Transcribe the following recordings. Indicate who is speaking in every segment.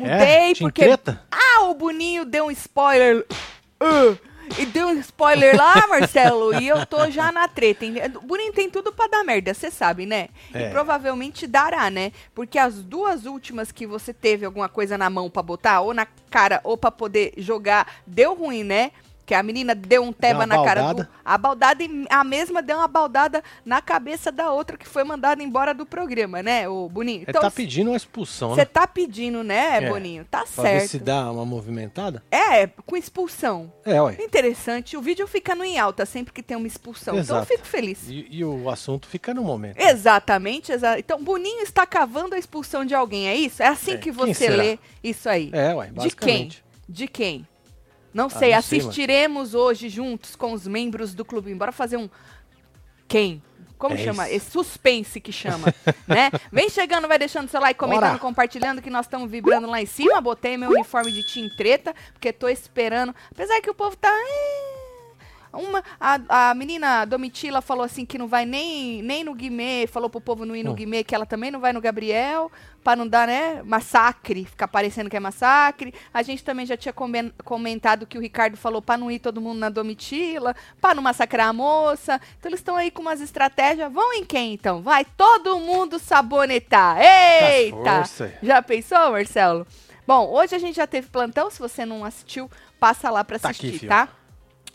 Speaker 1: É,
Speaker 2: porque.
Speaker 1: Treta?
Speaker 2: Ah, o Boninho deu um spoiler. Ah, e deu um spoiler lá, Marcelo, e eu tô já na treta. hein? O Boninho tem tudo pra dar merda, você sabe, né?
Speaker 1: É.
Speaker 2: E provavelmente dará, né? Porque as duas últimas que você teve alguma coisa na mão pra botar, ou na cara, ou pra poder jogar, deu ruim, né? Que a menina deu um teba
Speaker 1: uma
Speaker 2: na cara do.
Speaker 1: baldada.
Speaker 2: A baldada, e a mesma deu uma baldada na cabeça da outra que foi mandada embora do programa, né, o Boninho?
Speaker 1: Ele tá pedindo uma expulsão,
Speaker 2: Você
Speaker 1: né?
Speaker 2: tá pedindo, né,
Speaker 1: É.
Speaker 2: Boninho? Tá
Speaker 1: Pra ver
Speaker 2: certo.
Speaker 1: se dá uma movimentada.
Speaker 2: É, com expulsão.
Speaker 1: É, ué.
Speaker 2: Interessante. O vídeo fica no em alta sempre que tem uma expulsão. Então eu
Speaker 1: Exato.
Speaker 2: fico feliz.
Speaker 1: E, e o assunto fica no momento.
Speaker 2: Exatamente, exa Então, Boninho está cavando a expulsão de alguém, é isso? É assim
Speaker 1: É,
Speaker 2: que
Speaker 1: quem
Speaker 2: você
Speaker 1: será?
Speaker 2: lê isso aí.
Speaker 1: É, ué,
Speaker 2: de quem?
Speaker 1: basicamente.
Speaker 2: De quem? Não sei.
Speaker 1: Ah, não sei,
Speaker 2: Assistiremos hoje juntos com os membros do clube. Bora fazer um. Quem? Como
Speaker 1: É
Speaker 2: chama?
Speaker 1: isso.
Speaker 2: Esse suspense que chama, né? Vem chegando, vai deixando seu like, comentando,
Speaker 1: Bora.
Speaker 2: compartilhando, que nós estamos vibrando lá em cima. Botei meu uniforme de Team Treta, porque tô esperando. Apesar que o povo tá... "Eh". Uma, a, a menina Domitila falou assim que não vai nem, nem no Guimê, falou pro povo não ir no
Speaker 1: Hum.
Speaker 2: Guimê, que ela também não vai no Gabriel, pra não dar, né, massacre, ficar parecendo que é massacre. A gente também já tinha comen- comentado que o Ricardo falou pra não ir todo mundo na Domitila, pra não massacrar a moça. Então eles estão aí com umas estratégias. Vão em quem então? Vai todo mundo sabonetar. Eita!
Speaker 1: força.
Speaker 2: Já pensou, Marcelo? Bom, hoje a gente já teve plantão, se você não assistiu, passa lá pra
Speaker 1: Tá aqui,
Speaker 2: assistir,
Speaker 1: fio.
Speaker 2: tá?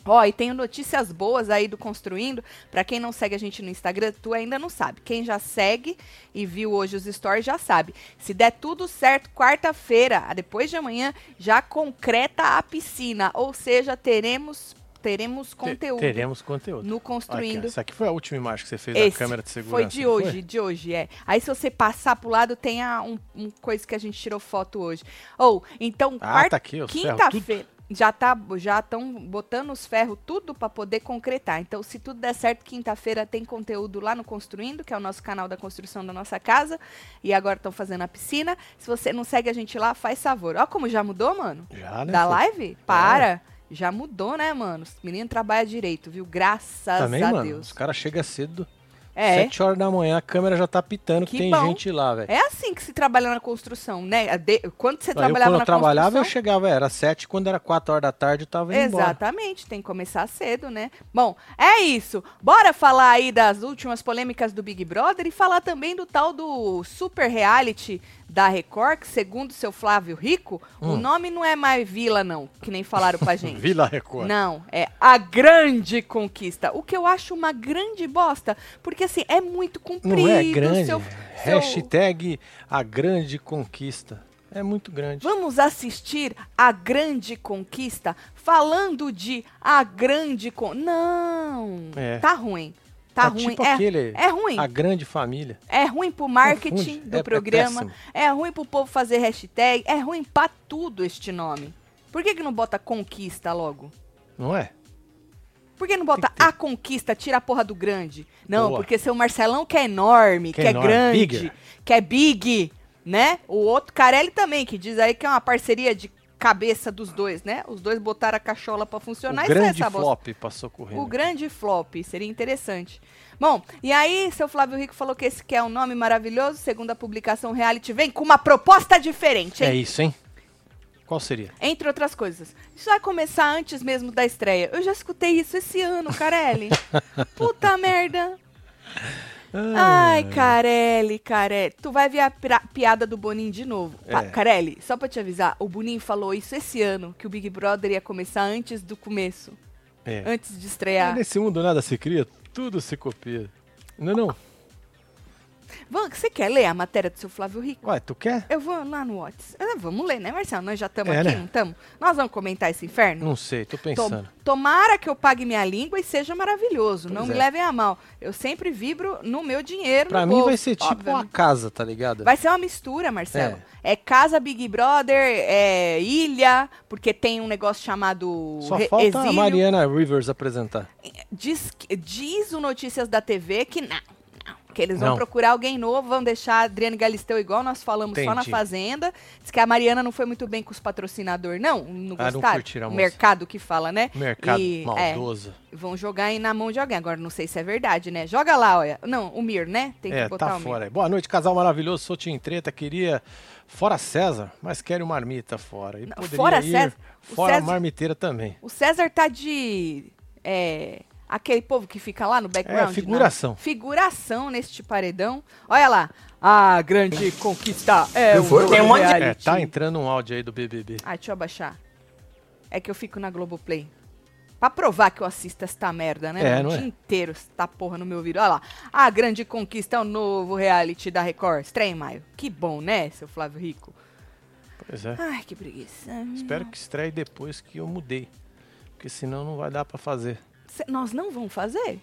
Speaker 2: Ó, e tenho notícias boas aí do Construindo. Pra quem não segue a gente no Instagram, tu ainda não sabe. Quem já segue e viu hoje os stories já sabe. Se der tudo certo, quarta-feira, ah, depois de amanhã, já concreta a piscina. Ou seja, teremos teremos
Speaker 1: Te-
Speaker 2: conteúdo
Speaker 1: Teremos conteúdo.
Speaker 2: no
Speaker 1: Aqui, ó,
Speaker 2: Construindo.
Speaker 1: essa aqui foi a última imagem que você fez
Speaker 2: Esse
Speaker 1: da câmera de segurança.
Speaker 2: Foi de
Speaker 1: não
Speaker 2: hoje, de hoje, é. Aí se você passar pro lado, tem a, um, um coisa que a gente tirou foto hoje. Ou, então,
Speaker 1: Ah,
Speaker 2: quarta,
Speaker 1: tá aqui, ó. Quinta-feira.
Speaker 2: quinta-feira. Já tá, já estão botando os ferros tudo para poder concretar. Então, se tudo der certo, quinta-feira tem conteúdo lá no Construindo, que é o nosso canal da construção da nossa casa. E agora estão fazendo a piscina. Se você não segue a gente lá, faz favor. Ó como já mudou, mano.
Speaker 1: Já, né?
Speaker 2: da
Speaker 1: filho?
Speaker 2: live? Para. Já mudou, né, mano? Os meninos trabalham direito, viu? Graças
Speaker 1: Também,
Speaker 2: a
Speaker 1: mano.
Speaker 2: Deus.
Speaker 1: Os caras chegam cedo.
Speaker 2: É.
Speaker 1: 7 horas da manhã, a câmera já tá pitando que,
Speaker 2: Que
Speaker 1: tem
Speaker 2: bom.
Speaker 1: gente lá, velho.
Speaker 2: É assim que se trabalha na construção, né? A de- Quando você
Speaker 1: Aí eu,
Speaker 2: trabalhava
Speaker 1: quando eu
Speaker 2: na
Speaker 1: trabalhava, eu
Speaker 2: construção.
Speaker 1: chegava, era 7, quando era 4 horas da tarde, eu tava indo embora.
Speaker 2: Exatamente, tem que começar cedo, né? Bom, é isso. Bora falar aí das últimas polêmicas do Big Brother e falar também do tal do Super Reality da Record, que segundo seu Flávio Rico, o
Speaker 1: Hum.
Speaker 2: nome não é mais Vila, não, que nem falaram pra gente.
Speaker 1: Vila Record.
Speaker 2: Não, é a grande conquista. O que eu acho uma grande bosta, porque assim, é muito comprido.
Speaker 1: Não é grande.
Speaker 2: seu- seu-
Speaker 1: Hashtag a grande conquista. É muito grande.
Speaker 2: Vamos assistir a grande conquista falando de a grande con... Não!
Speaker 1: É.
Speaker 2: Tá ruim. Tá
Speaker 1: é
Speaker 2: ruim.
Speaker 1: tipo
Speaker 2: é,
Speaker 1: aquele,
Speaker 2: é ruim.
Speaker 1: a grande família.
Speaker 2: É ruim pro marketing
Speaker 1: Confunde.
Speaker 2: do
Speaker 1: É- é
Speaker 2: programa.
Speaker 1: péssimo.
Speaker 2: É, ruim pro povo fazer hashtag. É ruim pra tudo este nome. Por que, que não bota conquista logo?
Speaker 1: Não é?
Speaker 2: Por que não bota a conquista, tira a porra do grande? Não,
Speaker 1: Boa.
Speaker 2: porque seu Marcelão que é enorme, que,
Speaker 1: Que
Speaker 2: é,
Speaker 1: é enorme,
Speaker 2: grande,
Speaker 1: bigger.
Speaker 2: que é big, né? O outro Carelli também, que diz aí que é uma parceria de cabeça dos dois, né? Os dois botaram a cachola pra funcionar
Speaker 1: o
Speaker 2: e saiu
Speaker 1: grande
Speaker 2: essa bosta.
Speaker 1: flop passou correndo.
Speaker 2: O grande flop, seria interessante. Bom, e aí, seu Flávio Rico falou que esse que é um nome maravilhoso, segundo a publicação reality, vem com uma proposta diferente, hein?
Speaker 1: É isso, hein? Qual seria?
Speaker 2: Entre outras coisas. Isso vai começar antes mesmo da estreia. Eu já escutei isso esse ano, Carelli. Puta merda. Ai, Carelli, Carelli. Tu vai ver a pira- piada do Boninho de novo. Pa-
Speaker 1: É.
Speaker 2: Carelli, só pra te avisar, o Boninho falou isso esse ano, que o Big Brother ia começar antes do começo,
Speaker 1: É.
Speaker 2: antes de estrear.
Speaker 1: Nesse mundo nada se cria, tudo se copia. Não, é não.
Speaker 2: Van, você quer ler a matéria do seu Flávio Rico?
Speaker 1: Ué, tu quer?
Speaker 2: Eu vou lá no Whats. Ah, vamos ler, né, Marcelo? Nós já estamos
Speaker 1: É,
Speaker 2: aqui,
Speaker 1: né?
Speaker 2: não estamos? Nós vamos comentar esse inferno?
Speaker 1: Não sei, tô
Speaker 2: Tom-
Speaker 1: pensando.
Speaker 2: tomara que eu pague minha língua e seja maravilhoso.
Speaker 1: Pois
Speaker 2: não me
Speaker 1: é.
Speaker 2: levem a mal. Eu sempre vibro no meu dinheiro.
Speaker 1: Pra
Speaker 2: no
Speaker 1: mim vai
Speaker 2: bolso,
Speaker 1: ser tipo
Speaker 2: obviamente.
Speaker 1: uma casa, tá ligado?
Speaker 2: Vai ser uma mistura, Marcelo. É. casa Big Brother, é ilha, porque tem um negócio chamado
Speaker 1: Só
Speaker 2: re-
Speaker 1: falta
Speaker 2: exílio.
Speaker 1: a Mariana Rivers apresentar.
Speaker 2: Diz, que- diz o Notícias da TV que não, não, Que eles vão
Speaker 1: Não.
Speaker 2: procurar alguém novo, vão deixar a Adriane Galisteu igual nós falamos só na
Speaker 1: Entendi.
Speaker 2: Fazenda. Diz que a Mariana não foi muito bem com os patrocinadores, não? Não
Speaker 1: Ah, não
Speaker 2: gostaram?
Speaker 1: curtiram a
Speaker 2: O
Speaker 1: moça.
Speaker 2: mercado que fala, né?
Speaker 1: Mercado
Speaker 2: E- é.
Speaker 1: maldoso.
Speaker 2: Vão jogar aí na mão de alguém. Agora, não sei se é verdade, né? Joga lá, olha. Não, o Mir, né? Tem que
Speaker 1: É,
Speaker 2: botar
Speaker 1: tá
Speaker 2: o Mir.
Speaker 1: fora. aí. Boa noite, casal maravilhoso. Sou Tim Treta, queria fora César, mas quero marmita fora. E
Speaker 2: Não,
Speaker 1: poderia
Speaker 2: fora
Speaker 1: ir
Speaker 2: César- o
Speaker 1: Fora
Speaker 2: César-
Speaker 1: marmiteira também.
Speaker 2: O César tá de. é, aquele povo que fica lá no background.
Speaker 1: É, figuração.
Speaker 2: na- figuração neste paredão. Olha lá. A grande conquista é o
Speaker 3: foi?
Speaker 2: meu
Speaker 3: Tem um monte de-
Speaker 1: É,
Speaker 2: reality.
Speaker 1: tá entrando um áudio aí do BBB.
Speaker 2: Ah, deixa eu abaixar. É que eu fico na Globoplay. Pra provar que eu assisto esta merda, né?
Speaker 1: É,
Speaker 2: o
Speaker 1: não
Speaker 2: dia
Speaker 1: é?
Speaker 2: inteiro essa porra no meu ouvido. Olha lá. A grande conquista é o novo reality da Record. Estreia em maio. Que bom, né, seu Flávio Rico?
Speaker 1: Pois é.
Speaker 2: Ai, que preguiça.
Speaker 1: Espero que estreie depois que eu mudei. Porque senão não vai dar pra fazer.
Speaker 2: Cê- nós não vamos fazer?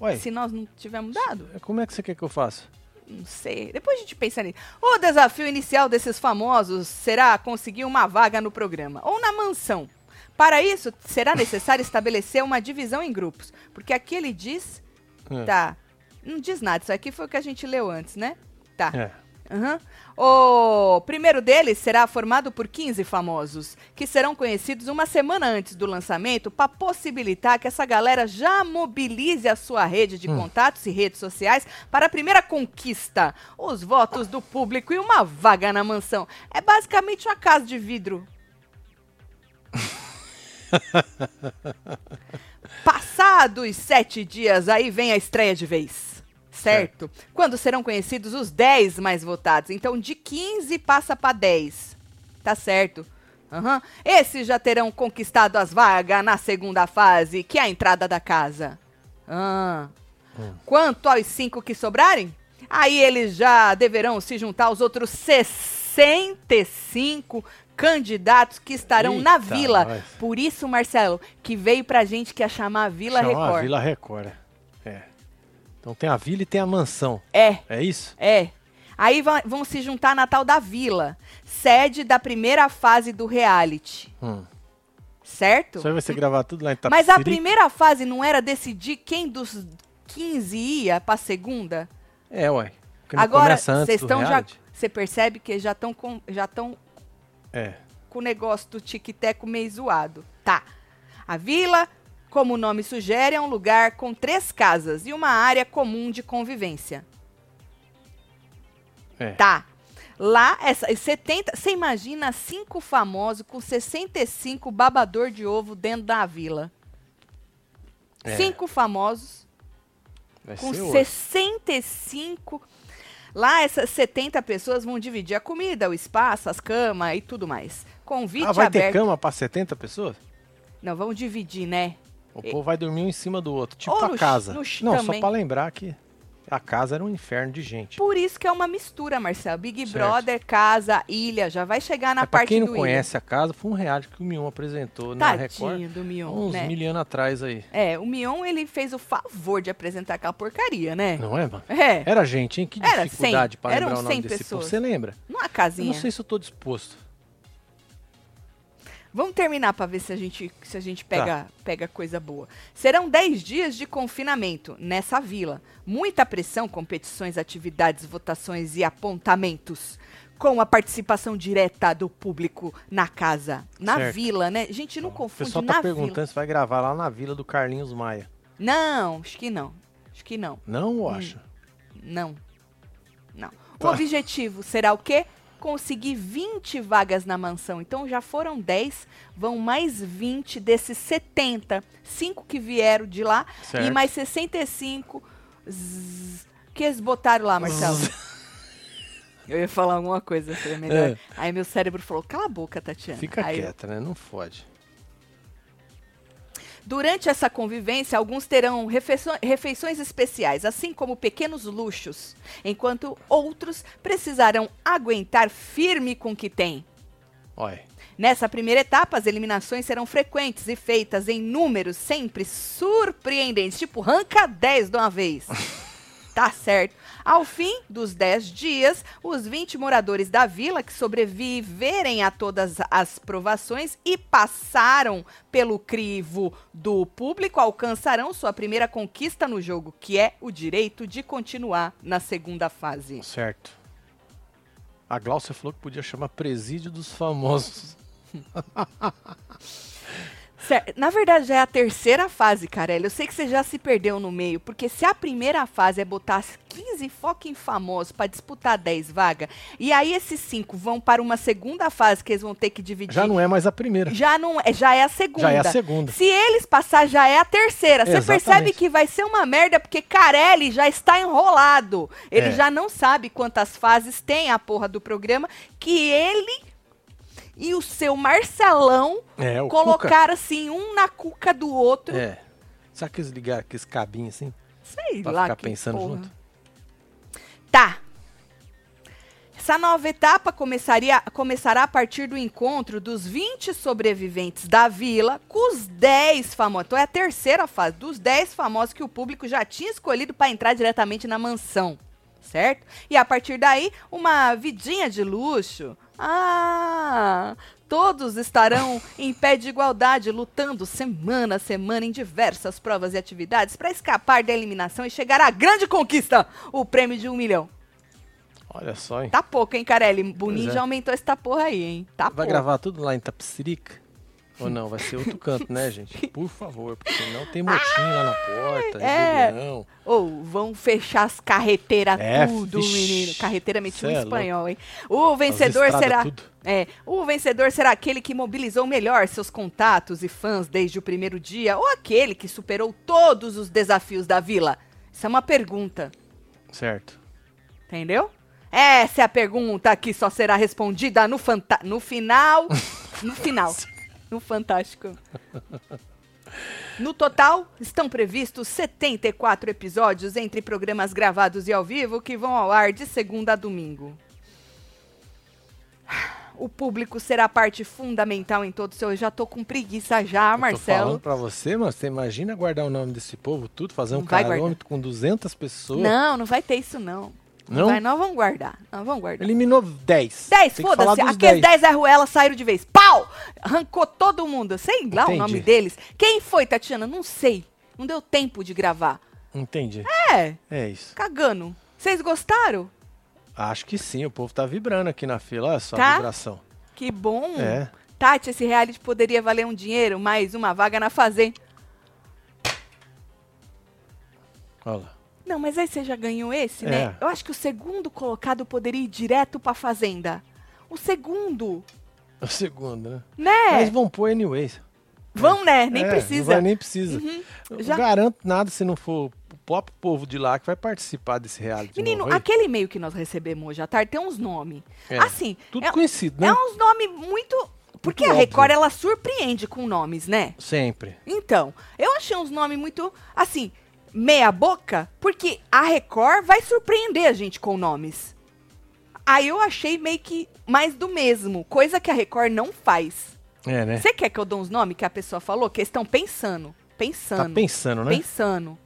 Speaker 1: Ué,
Speaker 2: Se nós não tivermos dado?
Speaker 1: como é que você quer que eu faça?
Speaker 2: Não sei. Depois a gente pensa nisso. O desafio inicial desses famosos será conseguir uma vaga no programa ou na mansão. Para isso, será necessário estabelecer uma divisão em grupos. Porque aqui ele diz.
Speaker 1: É.
Speaker 2: Tá. Não diz nada. Isso aqui foi o que a gente leu antes, né? Tá.
Speaker 1: É.
Speaker 2: Aham. O primeiro deles será formado por 15 famosos, que serão conhecidos uma semana antes do lançamento para possibilitar que essa galera já mobilize a sua rede de contatos e redes sociais para a primeira conquista, os votos do público e uma vaga na mansão. É basicamente uma casa de vidro. Passados sete dias, aí vem a estreia de vez. Certo? Quando serão conhecidos os 10 mais votados. Então, de 15 passa para 10. Tá certo. Aham. Esses já terão conquistado as vagas na segunda fase, que é a entrada da casa. Ah.
Speaker 1: Hum.
Speaker 2: Quanto aos cinco que sobrarem, aí eles já deverão se juntar aos outros 65 candidatos que estarão na
Speaker 1: Eita,
Speaker 2: vila.
Speaker 1: nós.
Speaker 2: Por isso, Marcelo, que veio pra gente que ia chamar a Vila
Speaker 1: Chama
Speaker 2: Record.
Speaker 1: A Vila Record. É. Então tem a vila e tem a mansão.
Speaker 2: É,
Speaker 1: É isso?
Speaker 2: é. Aí va- vão se juntar na tal da Vila, sede da primeira fase do reality,
Speaker 1: Hum.
Speaker 2: certo?
Speaker 1: Só vai você gravar tudo lá em
Speaker 2: Mas a
Speaker 1: Itapeciri?
Speaker 2: primeira fase não era decidir quem dos 15 ia pra segunda?
Speaker 1: É, ué. Porque não
Speaker 2: Agora,
Speaker 1: começa antes
Speaker 2: vocês
Speaker 1: do
Speaker 2: estão já.
Speaker 1: reality.
Speaker 2: Você percebe que já estão com, já tão
Speaker 1: É.
Speaker 2: com o negócio do tic-teco meio zoado. Tá. A vila, como o nome sugere, é um lugar com três casas e uma área comum de convivência.
Speaker 1: É.
Speaker 2: Tá. Lá, essa, 70. Você imagina cinco famosos com 65 babador de ovo dentro da vila.
Speaker 1: É.
Speaker 2: Cinco famosos
Speaker 1: Vai
Speaker 2: com
Speaker 1: ser hoje.
Speaker 2: 65. Lá, essas 70 pessoas vão dividir a comida, o espaço, as camas e tudo mais. Convite
Speaker 1: Ah, vai ter
Speaker 2: aberto.
Speaker 1: cama pra 70 pessoas?
Speaker 2: Não, vamos dividir, né?
Speaker 1: O
Speaker 2: E-
Speaker 1: povo vai dormir um em cima do outro.
Speaker 2: Ou
Speaker 1: Tipo
Speaker 2: no
Speaker 1: a
Speaker 2: ch-
Speaker 1: casa.
Speaker 2: no ch-
Speaker 1: Não, só
Speaker 2: também.
Speaker 1: pra lembrar que a casa era um inferno de gente.
Speaker 2: Por isso que é uma mistura, Marcelo. Big
Speaker 1: Certo.
Speaker 2: Brother, casa, ilha, já vai chegar na
Speaker 1: é, pra
Speaker 2: parte
Speaker 1: quem não
Speaker 2: do
Speaker 1: conhece a casa, foi um reality que o Mion apresentou
Speaker 2: ilha.
Speaker 1: na
Speaker 2: Tadinho
Speaker 1: Record
Speaker 2: do Mion,
Speaker 1: uns
Speaker 2: né?
Speaker 1: mil anos atrás aí.
Speaker 2: É, o Mion, ele fez o favor de apresentar aquela porcaria, né?
Speaker 1: Não é, mano?
Speaker 2: É,
Speaker 1: Era gente, hein? Que
Speaker 2: Era
Speaker 1: dificuldade
Speaker 2: 100,
Speaker 1: pra lembrar
Speaker 2: eram
Speaker 1: o nome
Speaker 2: 100
Speaker 1: desse
Speaker 2: pessoas.
Speaker 1: povo. Você lembra?
Speaker 2: numa
Speaker 1: Eu
Speaker 2: casinha.
Speaker 1: não sei se eu tô disposto.
Speaker 2: Vamos terminar pra ver se a gente, se a gente
Speaker 1: Tá.
Speaker 2: pega, pega coisa boa. Serão 10 dias de confinamento nessa vila. Muita pressão, competições, atividades, votações e apontamentos. Com a participação direta do público na casa. Na
Speaker 1: Certo.
Speaker 2: vila, né? Gente, não
Speaker 1: O
Speaker 2: confunde
Speaker 1: pessoal
Speaker 2: na
Speaker 1: tá
Speaker 2: vila.
Speaker 1: perguntando se vai gravar lá na vila do Carlinhos Maia.
Speaker 2: Não, acho que não. Acho que não.
Speaker 1: Não, eu acho.
Speaker 2: Não. Não. O
Speaker 1: Tá.
Speaker 2: objetivo será o quê? Conseguir 20 vagas na mansão. Então já foram 10, vão mais 20 desses 70. 5 que vieram de lá e
Speaker 1: Certo.
Speaker 2: mais 65 zzz, que eles botaram lá, Marcelo. Eu ia falar alguma coisa, seria melhor.
Speaker 1: É.
Speaker 2: Aí meu cérebro falou: cala a boca, Tatiana.
Speaker 1: Fica
Speaker 2: Aí eu-
Speaker 1: quieta, né? Não fode.
Speaker 2: Durante essa convivência, alguns terão refeiço- refeições especiais, assim como pequenos luxos, enquanto outros precisarão aguentar firme com o que têm.
Speaker 1: Olha.
Speaker 2: Nessa primeira etapa, as eliminações serão frequentes e feitas em números sempre surpreendentes, tipo arranca 10 de uma vez. Tá certo. Ao fim dos 10 dias, os 20 moradores da vila que sobreviverem a todas as provações e passaram pelo crivo do público alcançarão sua primeira conquista no jogo, que é o direito de continuar na segunda fase.
Speaker 1: Certo. A Glaucia falou que podia chamar Presídio dos Famosos.
Speaker 2: Cer- Na verdade, já é a terceira fase, Carelli. Eu sei que você já se perdeu no meio, porque se a primeira fase é botar as 15 fucking famosos pra disputar 10 vagas, e aí esses 5 vão para uma segunda fase que eles vão ter que dividir.
Speaker 1: Já não é mais a primeira.
Speaker 2: Já não é, já é a segunda.
Speaker 1: Já é a segunda.
Speaker 2: Se eles passar, já é a terceira. Você
Speaker 1: Exatamente.
Speaker 2: percebe que vai ser uma merda, porque Carelli já está enrolado. Ele
Speaker 1: É.
Speaker 2: já não sabe quantas fases tem a porra do programa, que ele e o seu Marcelão
Speaker 1: É, o
Speaker 2: colocar assim, um na cuca do outro.
Speaker 1: Cuca. É. Será que eles ligaram aqueles cabinhos assim?
Speaker 2: Sei
Speaker 1: Pra
Speaker 2: lá.
Speaker 1: ficar
Speaker 2: que
Speaker 1: pensando
Speaker 2: porra.
Speaker 1: junto?
Speaker 2: Tá. Essa nova etapa começaria, começará a partir do encontro dos 20 sobreviventes da vila com os 10 famosos. Então é a terceira fase, dos 10 famosos que o público já tinha escolhido para entrar diretamente na mansão, certo? E a partir daí, uma vidinha de luxo. Ah! Todos estarão em pé de igualdade, lutando semana a semana em diversas provas e atividades para escapar da eliminação e chegar à grande conquista, o prêmio de um milhão.
Speaker 1: Olha só, hein?
Speaker 2: Tá pouco, hein, Carelli? Boninho
Speaker 1: Pois é.
Speaker 2: já aumentou essa porra aí, hein? Tá
Speaker 1: Vai
Speaker 2: pouco.
Speaker 1: gravar tudo lá em Tapsirica? Ou não? Vai ser outro canto, né, gente? Por favor, porque senão tem motim lá na porta,
Speaker 2: é.
Speaker 1: Julião.
Speaker 2: Ou vão fechar as carreteiras
Speaker 1: É,
Speaker 2: tudo,
Speaker 1: vixi.
Speaker 2: menino. Carreteira metido
Speaker 1: Cê
Speaker 2: em
Speaker 1: é
Speaker 2: espanhol, hein? O vencedor
Speaker 1: estradas
Speaker 2: será.
Speaker 1: tudo.
Speaker 2: É, o vencedor será aquele que mobilizou melhor seus contatos e fãs desde o primeiro dia, ou aquele que superou todos os desafios da vila? Isso é uma pergunta,
Speaker 1: Certo.
Speaker 2: entendeu? Essa é a pergunta que só será respondida no fanta no final, no final, no fantástico. No total, estão previstos 74 episódios entre programas gravados e ao vivo que vão ao ar de segunda a domingo. O público será parte fundamental em todo o seu. Eu já tô com preguiça já,
Speaker 1: Eu tô
Speaker 2: Marcelo.
Speaker 1: falando pra você, mas você imagina guardar o nome desse povo tudo, fazer um
Speaker 2: Não vai
Speaker 1: carômetro com 200 pessoas.
Speaker 2: Não, não vai ter isso não.
Speaker 1: Não?
Speaker 2: Vai, nós vamos guardar. Nós vamos guardar.
Speaker 1: Eliminou 10.
Speaker 2: 10,
Speaker 1: Tem que falar
Speaker 2: foda-se.
Speaker 1: dos
Speaker 2: Aqueles 10 da Ruela saíram de vez. Pau! Arrancou todo mundo. Sei lá o
Speaker 1: Entendi.
Speaker 2: nome deles. Quem foi, Tatiana? Não sei. Não deu tempo de gravar.
Speaker 1: Entendi.
Speaker 2: É,
Speaker 1: É isso.
Speaker 2: cagando. Vocês gostaram?
Speaker 1: Acho que sim, o povo tá vibrando aqui na fila. Olha só
Speaker 2: Tá? Hum.
Speaker 1: a vibração.
Speaker 2: Que bom.
Speaker 1: É.
Speaker 2: Tati, esse reality poderia valer um dinheiro, mais uma vaga na Fazenda.
Speaker 1: Olha lá.
Speaker 2: Não, mas aí você já ganhou esse, né?
Speaker 1: É.
Speaker 2: Eu acho que o segundo colocado poderia ir direto pra Fazenda. O segundo,
Speaker 1: O segundo, né?
Speaker 2: né?
Speaker 1: Mas vão pôr anyways.
Speaker 2: Vão, né? Nem
Speaker 1: É, Não
Speaker 2: precisa. Uhum.
Speaker 1: vai, nem precisa. Eu
Speaker 2: Já-
Speaker 1: garanto nada se não for o próprio povo de lá que vai participar desse reality. de
Speaker 2: Menino,
Speaker 1: novo aí.
Speaker 2: aquele e-mail que nós recebemos hoje à tarde tem uns nomes.
Speaker 1: É,
Speaker 2: Assim,
Speaker 1: Tudo
Speaker 2: é,
Speaker 1: conhecido, né?
Speaker 2: É uns nomes muito. Porque
Speaker 1: Muito
Speaker 2: a Record
Speaker 1: óbvio.
Speaker 2: ela surpreende com nomes, né?
Speaker 1: Sempre.
Speaker 2: Então, eu achei uns nomes muito. Assim, meia boca, porque a Record vai surpreender a gente com nomes. Aí eu achei meio que mais do mesmo, coisa que a Record não faz.
Speaker 1: É, né?
Speaker 2: Você quer que eu dê uns nomes que a pessoa falou? Que eles estão pensando. Pensando.
Speaker 1: Tá pensando, né?
Speaker 2: Pensando.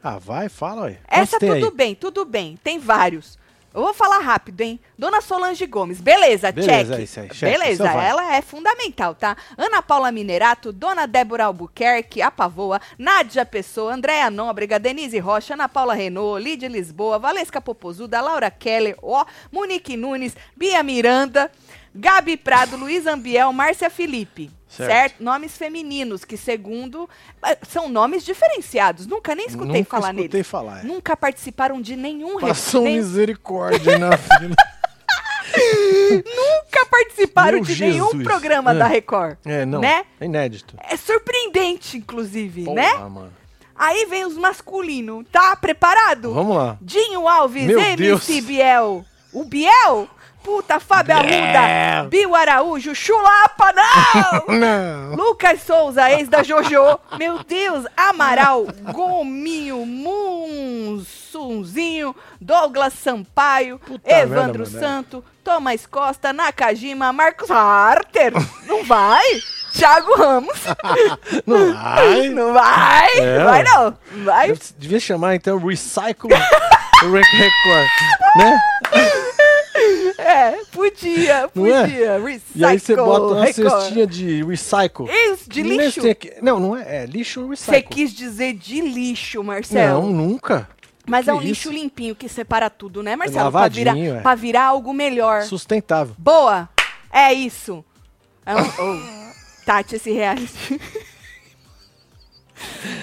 Speaker 1: Ah, vai, fala aí.
Speaker 2: Essa
Speaker 1: Quantos tem
Speaker 2: tudo
Speaker 1: aí?
Speaker 2: bem, tudo bem. Tem vários. Eu vou falar rápido, hein? Dona Solange Gomes, beleza,
Speaker 1: Beleza, é
Speaker 2: check.
Speaker 1: isso aí, check,
Speaker 2: beleza,
Speaker 1: isso vai.
Speaker 2: ela é fundamental, tá? Ana Paula Minerato, Dona Débora Albuquerque, A Pavoa, Nádia Pessoa, Andréa Nóbrega, Denise Rocha, Ana Paula Renault, Lídia Lisboa, Valesca Popozuda, Laura Keller, ó, Monique Nunes, Bia Miranda, Gabi Prado, Luiz Ambiel, Márcia Felipe. Certo.
Speaker 1: Certo.
Speaker 2: Nomes femininos, que segundo. eh, São nomes diferenciados. Nunca nem escutei
Speaker 1: Nunca
Speaker 2: falar
Speaker 1: escutei
Speaker 2: neles.
Speaker 1: falar. é.
Speaker 2: Nunca participaram de nenhum
Speaker 1: Passou um
Speaker 2: reality,
Speaker 1: misericórdia na fila.
Speaker 2: nunca participaram
Speaker 1: Meu
Speaker 2: de nenhum
Speaker 1: Jesus.
Speaker 2: programa
Speaker 1: É.
Speaker 2: da Record.
Speaker 1: É, não.
Speaker 2: Né?
Speaker 1: É inédito.
Speaker 2: É surpreendente, inclusive,
Speaker 1: Porra,
Speaker 2: né?
Speaker 1: mano.
Speaker 2: Aí vem os masculinos. Tá preparado?
Speaker 1: Vamos lá.
Speaker 2: Dinho Alves,
Speaker 1: Meu
Speaker 2: MC
Speaker 1: Deus.
Speaker 2: Biel. O Biel? Puta, Fábio Arruda, Bill Araújo, Chulapa, não!
Speaker 1: Não.
Speaker 2: Lucas Souza, ex da Jojo. Meu Deus, Amaral, Gominho, Munsunzinho, Douglas Sampaio,
Speaker 1: Puta
Speaker 2: Evandro
Speaker 1: merda, mano.
Speaker 2: Santo, Thomas Costa, Nakajima, Marcos Harter. Não vai? Thiago Ramos.
Speaker 1: Não vai.
Speaker 2: Não vai?
Speaker 1: É,
Speaker 2: vai não. Vai.
Speaker 1: Deve- Devia chamar então Recycle O Rec Record, né?
Speaker 2: É, podia,
Speaker 1: Não é?
Speaker 2: podia. Recycle.
Speaker 1: E aí você bota uma
Speaker 2: record.
Speaker 1: cestinha de recycle.
Speaker 2: Isso, de
Speaker 1: Nem
Speaker 2: lixo.
Speaker 1: sei que- Não, não é. É lixo ou
Speaker 2: Você
Speaker 1: recycle.
Speaker 2: quis dizer de lixo, Marcelo.
Speaker 1: Não, nunca.
Speaker 2: Mas
Speaker 1: que
Speaker 2: é um
Speaker 1: isso?
Speaker 2: lixo limpinho que separa tudo, né, Marcelo? Pra
Speaker 1: Lavadinho,
Speaker 2: virar,
Speaker 1: é.
Speaker 2: pra virar algo melhor.
Speaker 1: Sustentável.
Speaker 2: Boa! É isso. É um- oh, Tati, esse reality.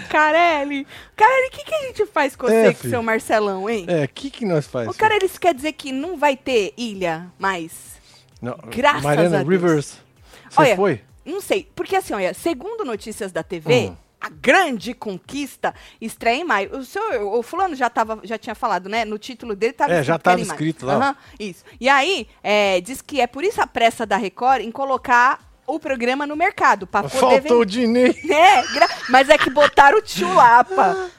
Speaker 2: Carelli, Carelli, o que, que a gente faz com
Speaker 1: É,
Speaker 2: você, com
Speaker 1: filho.
Speaker 2: seu Marcelão, hein?
Speaker 1: É, o que, que nós faz?
Speaker 2: o Carelli, isso quer dizer que não vai ter ilha mais?
Speaker 1: Não,
Speaker 2: é graças
Speaker 1: Mariana
Speaker 2: a Deus.
Speaker 1: Rivers, você
Speaker 2: Olha,
Speaker 1: foi?
Speaker 2: Não sei, porque assim, olha, segundo notícias da TV,
Speaker 1: Hum.
Speaker 2: a grande conquista estreia em maio. O, seu, o fulano já, tava, já tinha falado, né? No título dele tava
Speaker 1: É, já
Speaker 2: que era
Speaker 1: tava
Speaker 2: em maio.
Speaker 1: escrito lá, ó.
Speaker 2: Aham, isso. E aí, é, diz que é por isso a pressa da Record em colocar o programa no mercado, pra poder
Speaker 1: Faltou o
Speaker 2: vender.
Speaker 1: Dinei.
Speaker 2: É, gra- mas é que botaram o tio Lapa.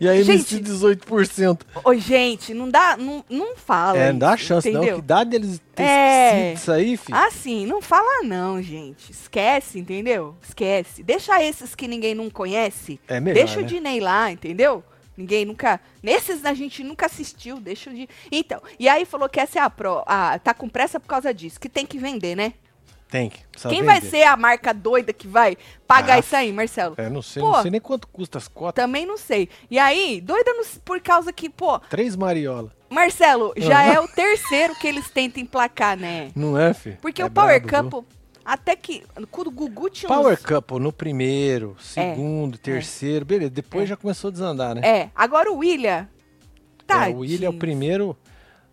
Speaker 1: E aí
Speaker 2: Gente.
Speaker 1: MC 18%.
Speaker 2: Ô, gente, não dá, não, não fala.
Speaker 1: É, não dá
Speaker 2: isso,
Speaker 1: chance, não.
Speaker 2: entendeu?
Speaker 1: Que idade eles têm
Speaker 2: É.
Speaker 1: esquecido isso aí, filho?
Speaker 2: Assim, não fala não, gente. Esquece, entendeu? Esquece. Deixa esses que ninguém não conhece.
Speaker 1: É melhor,
Speaker 2: deixa o
Speaker 1: né?
Speaker 2: Diney lá, entendeu? Ninguém nunca. Nesses a gente nunca assistiu, deixa o de. Então, e aí falou que essa é a pro. a- tá com pressa por causa disso, que tem que vender, né?
Speaker 1: Tem que. precisa
Speaker 2: Quem
Speaker 1: Tá vender.
Speaker 2: vai ser a marca doida que vai pagar
Speaker 1: Ah,
Speaker 2: isso aí, Marcelo?
Speaker 1: É, não sei,
Speaker 2: Pô.
Speaker 1: não sei nem quanto custa as cotas.
Speaker 2: Também não sei. E aí, doida no- por causa que, pô,
Speaker 1: Três mariola.
Speaker 2: Marcelo, já
Speaker 1: Ah.
Speaker 2: é o terceiro que eles tentam emplacar, né?
Speaker 1: Não é, filho?
Speaker 2: Porque
Speaker 1: É
Speaker 2: o Power
Speaker 1: brabo, viu?
Speaker 2: Couple, até que. Quando o Gugu tinha uns-
Speaker 1: Power Couple no primeiro, segundo, terceiro, beleza. Depois
Speaker 2: É.
Speaker 1: já começou a desandar, né?
Speaker 2: É, agora o William. tá,
Speaker 1: É, o William é o primeiro.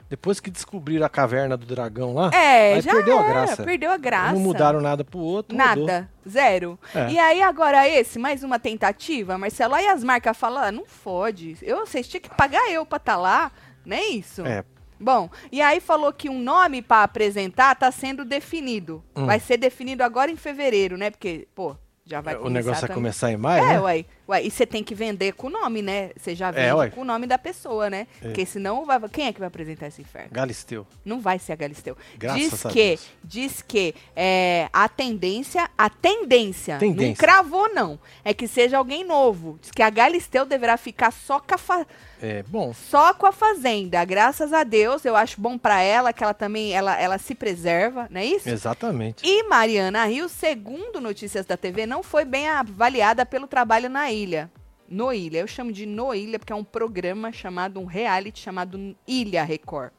Speaker 1: Depois que descobriram a caverna do dragão lá,
Speaker 2: É,
Speaker 1: aí
Speaker 2: já
Speaker 1: perdeu a
Speaker 2: era,
Speaker 1: graça.
Speaker 2: Perdeu a graça.
Speaker 1: Não mudaram nada pro outro. mudou.
Speaker 2: Nada, zero.
Speaker 1: É.
Speaker 2: E aí agora esse, mais uma tentativa, Marcelo, aí as marcas falam, ah, não fode, eu, vocês tinham que pagar eu pra tá lá, não é isso?
Speaker 1: É,
Speaker 2: Bom, e aí falou que um nome pra apresentar tá sendo definido,
Speaker 1: Hum.
Speaker 2: vai ser definido agora em fevereiro, né, porque, pô, já vai
Speaker 1: É, o negócio vai
Speaker 2: também.
Speaker 1: começar em maio,
Speaker 2: É,
Speaker 1: né? É,
Speaker 2: uai, uai. E você tem que vender com o nome, né? Você já vende
Speaker 1: uai.
Speaker 2: com o nome da pessoa, né? Porque senão vai, quem é que vai apresentar esse inferno?
Speaker 1: Galisteu.
Speaker 2: Não vai ser a Galisteu.
Speaker 1: Graças
Speaker 2: diz
Speaker 1: a
Speaker 2: que,
Speaker 1: Deus.
Speaker 2: diz que é, a tendência, a tendência, não
Speaker 1: Tendência.
Speaker 2: cravou não, é que seja alguém novo. Diz que a Galisteu deverá ficar só com a, fa-
Speaker 1: É, bom,
Speaker 2: só com a fazenda. Graças a Deus, eu acho bom pra ela que ela também ela, ela se preserva, não é isso?
Speaker 1: exatamente.
Speaker 2: E Mariana Rios, segundo notícias da TV, não foi bem avaliada pelo trabalho na ilha. No Ilha. Eu chamo de No Ilha porque é um programa chamado, um reality chamado Ilha Record.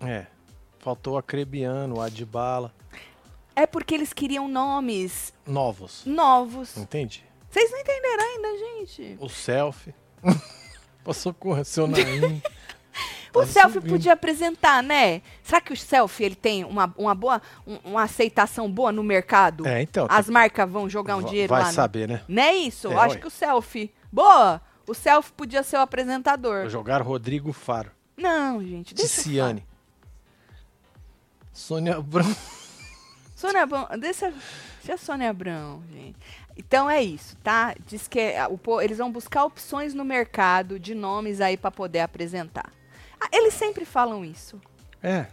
Speaker 1: É. Faltou a Crebiano, o Adibala,
Speaker 2: É porque eles queriam nomes
Speaker 1: novos.
Speaker 2: novos.
Speaker 1: Entende?
Speaker 2: Vocês não entenderam ainda, gente.
Speaker 1: O selfie. Passou com o seu Naim.
Speaker 2: O
Speaker 1: Tá
Speaker 2: selfie
Speaker 1: subindo.
Speaker 2: podia apresentar, né? Será que o selfie ele tem uma, uma boa, um- uma aceitação boa no mercado?
Speaker 1: É, então.
Speaker 2: As marcas vão jogar um
Speaker 1: va-
Speaker 2: dinheiro
Speaker 1: Vai
Speaker 2: lá. no-
Speaker 1: saber, né?
Speaker 2: Não é isso?
Speaker 1: É,
Speaker 2: Eu acho
Speaker 1: ué.
Speaker 2: que o selfie. Boa! O selfie podia ser o apresentador.
Speaker 1: Jogar Rodrigo Faro.
Speaker 2: Não, gente. Deixa eu
Speaker 1: Ticiane. Sônia Abrão.
Speaker 2: falar. Sônia Abrão, deixa, deixa a Sônia Abrão, gente. Então é isso, tá? Diz que é, o po- eles vão buscar opções no mercado de nomes aí pra poder apresentar. Ah, eles sempre falam isso.
Speaker 1: É,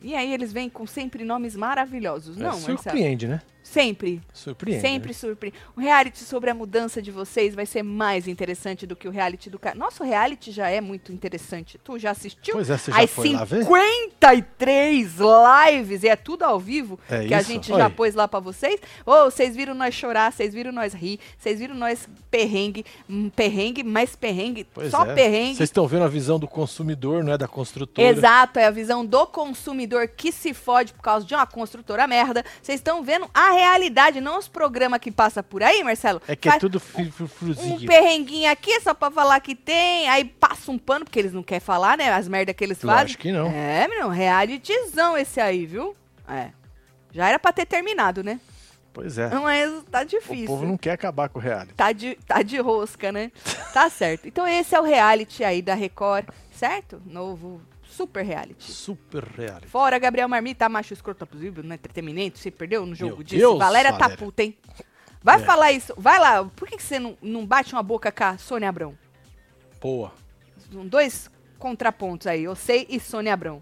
Speaker 2: E aí eles vêm com sempre nomes maravilhosos,
Speaker 1: é,
Speaker 2: não, Marcelo?
Speaker 1: surpreende, né?
Speaker 2: Sempre.
Speaker 1: Surpreende.
Speaker 2: Sempre
Speaker 1: né?
Speaker 2: surpreende. O reality sobre a mudança de vocês vai ser mais interessante do que o reality do cara. Nosso reality já é muito interessante. Tu já assistiu?
Speaker 1: Pois é, você já
Speaker 2: As
Speaker 1: foi lá ver?
Speaker 2: 53 lives, e é tudo ao vivo,
Speaker 1: É
Speaker 2: que
Speaker 1: isso?
Speaker 2: a gente já
Speaker 1: Oi.
Speaker 2: pôs lá pra vocês. Ô, vocês viram nós chorar, vocês viram nós rir, vocês viram nós perrengue, hum, perrengue, mais perrengue,
Speaker 1: Pois
Speaker 2: só
Speaker 1: é.
Speaker 2: perrengue.
Speaker 1: Vocês estão vendo a visão do consumidor, não é da construtora.
Speaker 2: Exato, é a visão do consumidor que se fode por causa de uma construtora merda. Vocês estão vendo a realidade, não os programas que passa por aí, Marcelo.
Speaker 1: É que é
Speaker 2: Faz
Speaker 1: tudo fri- fri-
Speaker 2: um
Speaker 1: fruzinho.
Speaker 2: perrenguinho aqui só pra falar que tem, aí passa um pano, porque eles não querem falar, né? As merda que eles fazem.
Speaker 1: Lógico que não.
Speaker 2: É, menino, realityzão esse aí, viu? É. Já era pra ter terminado, né?
Speaker 1: Pois é.
Speaker 2: Mas tá
Speaker 1: O
Speaker 2: difícil.
Speaker 1: povo não quer acabar com o reality.
Speaker 2: Tá de, tá de rosca, né? Tá certo. Então esse é o reality aí da Record, certo? Novo super reality.
Speaker 1: Super reality.
Speaker 2: Fora Gabriel Marmita, tá macho escroto abusivo no é entretenimento, se perdeu no jogo
Speaker 1: Meu
Speaker 2: disso.
Speaker 1: Deus,
Speaker 2: Valéria tá
Speaker 1: Valéria.
Speaker 2: puta, hein? Vai
Speaker 1: É.
Speaker 2: falar isso. Vai lá. Por que, que você não, não bate uma boca com a Sônia Abrão?
Speaker 1: Boa.
Speaker 2: São dois contrapontos aí, Osei e Sônia Abrão.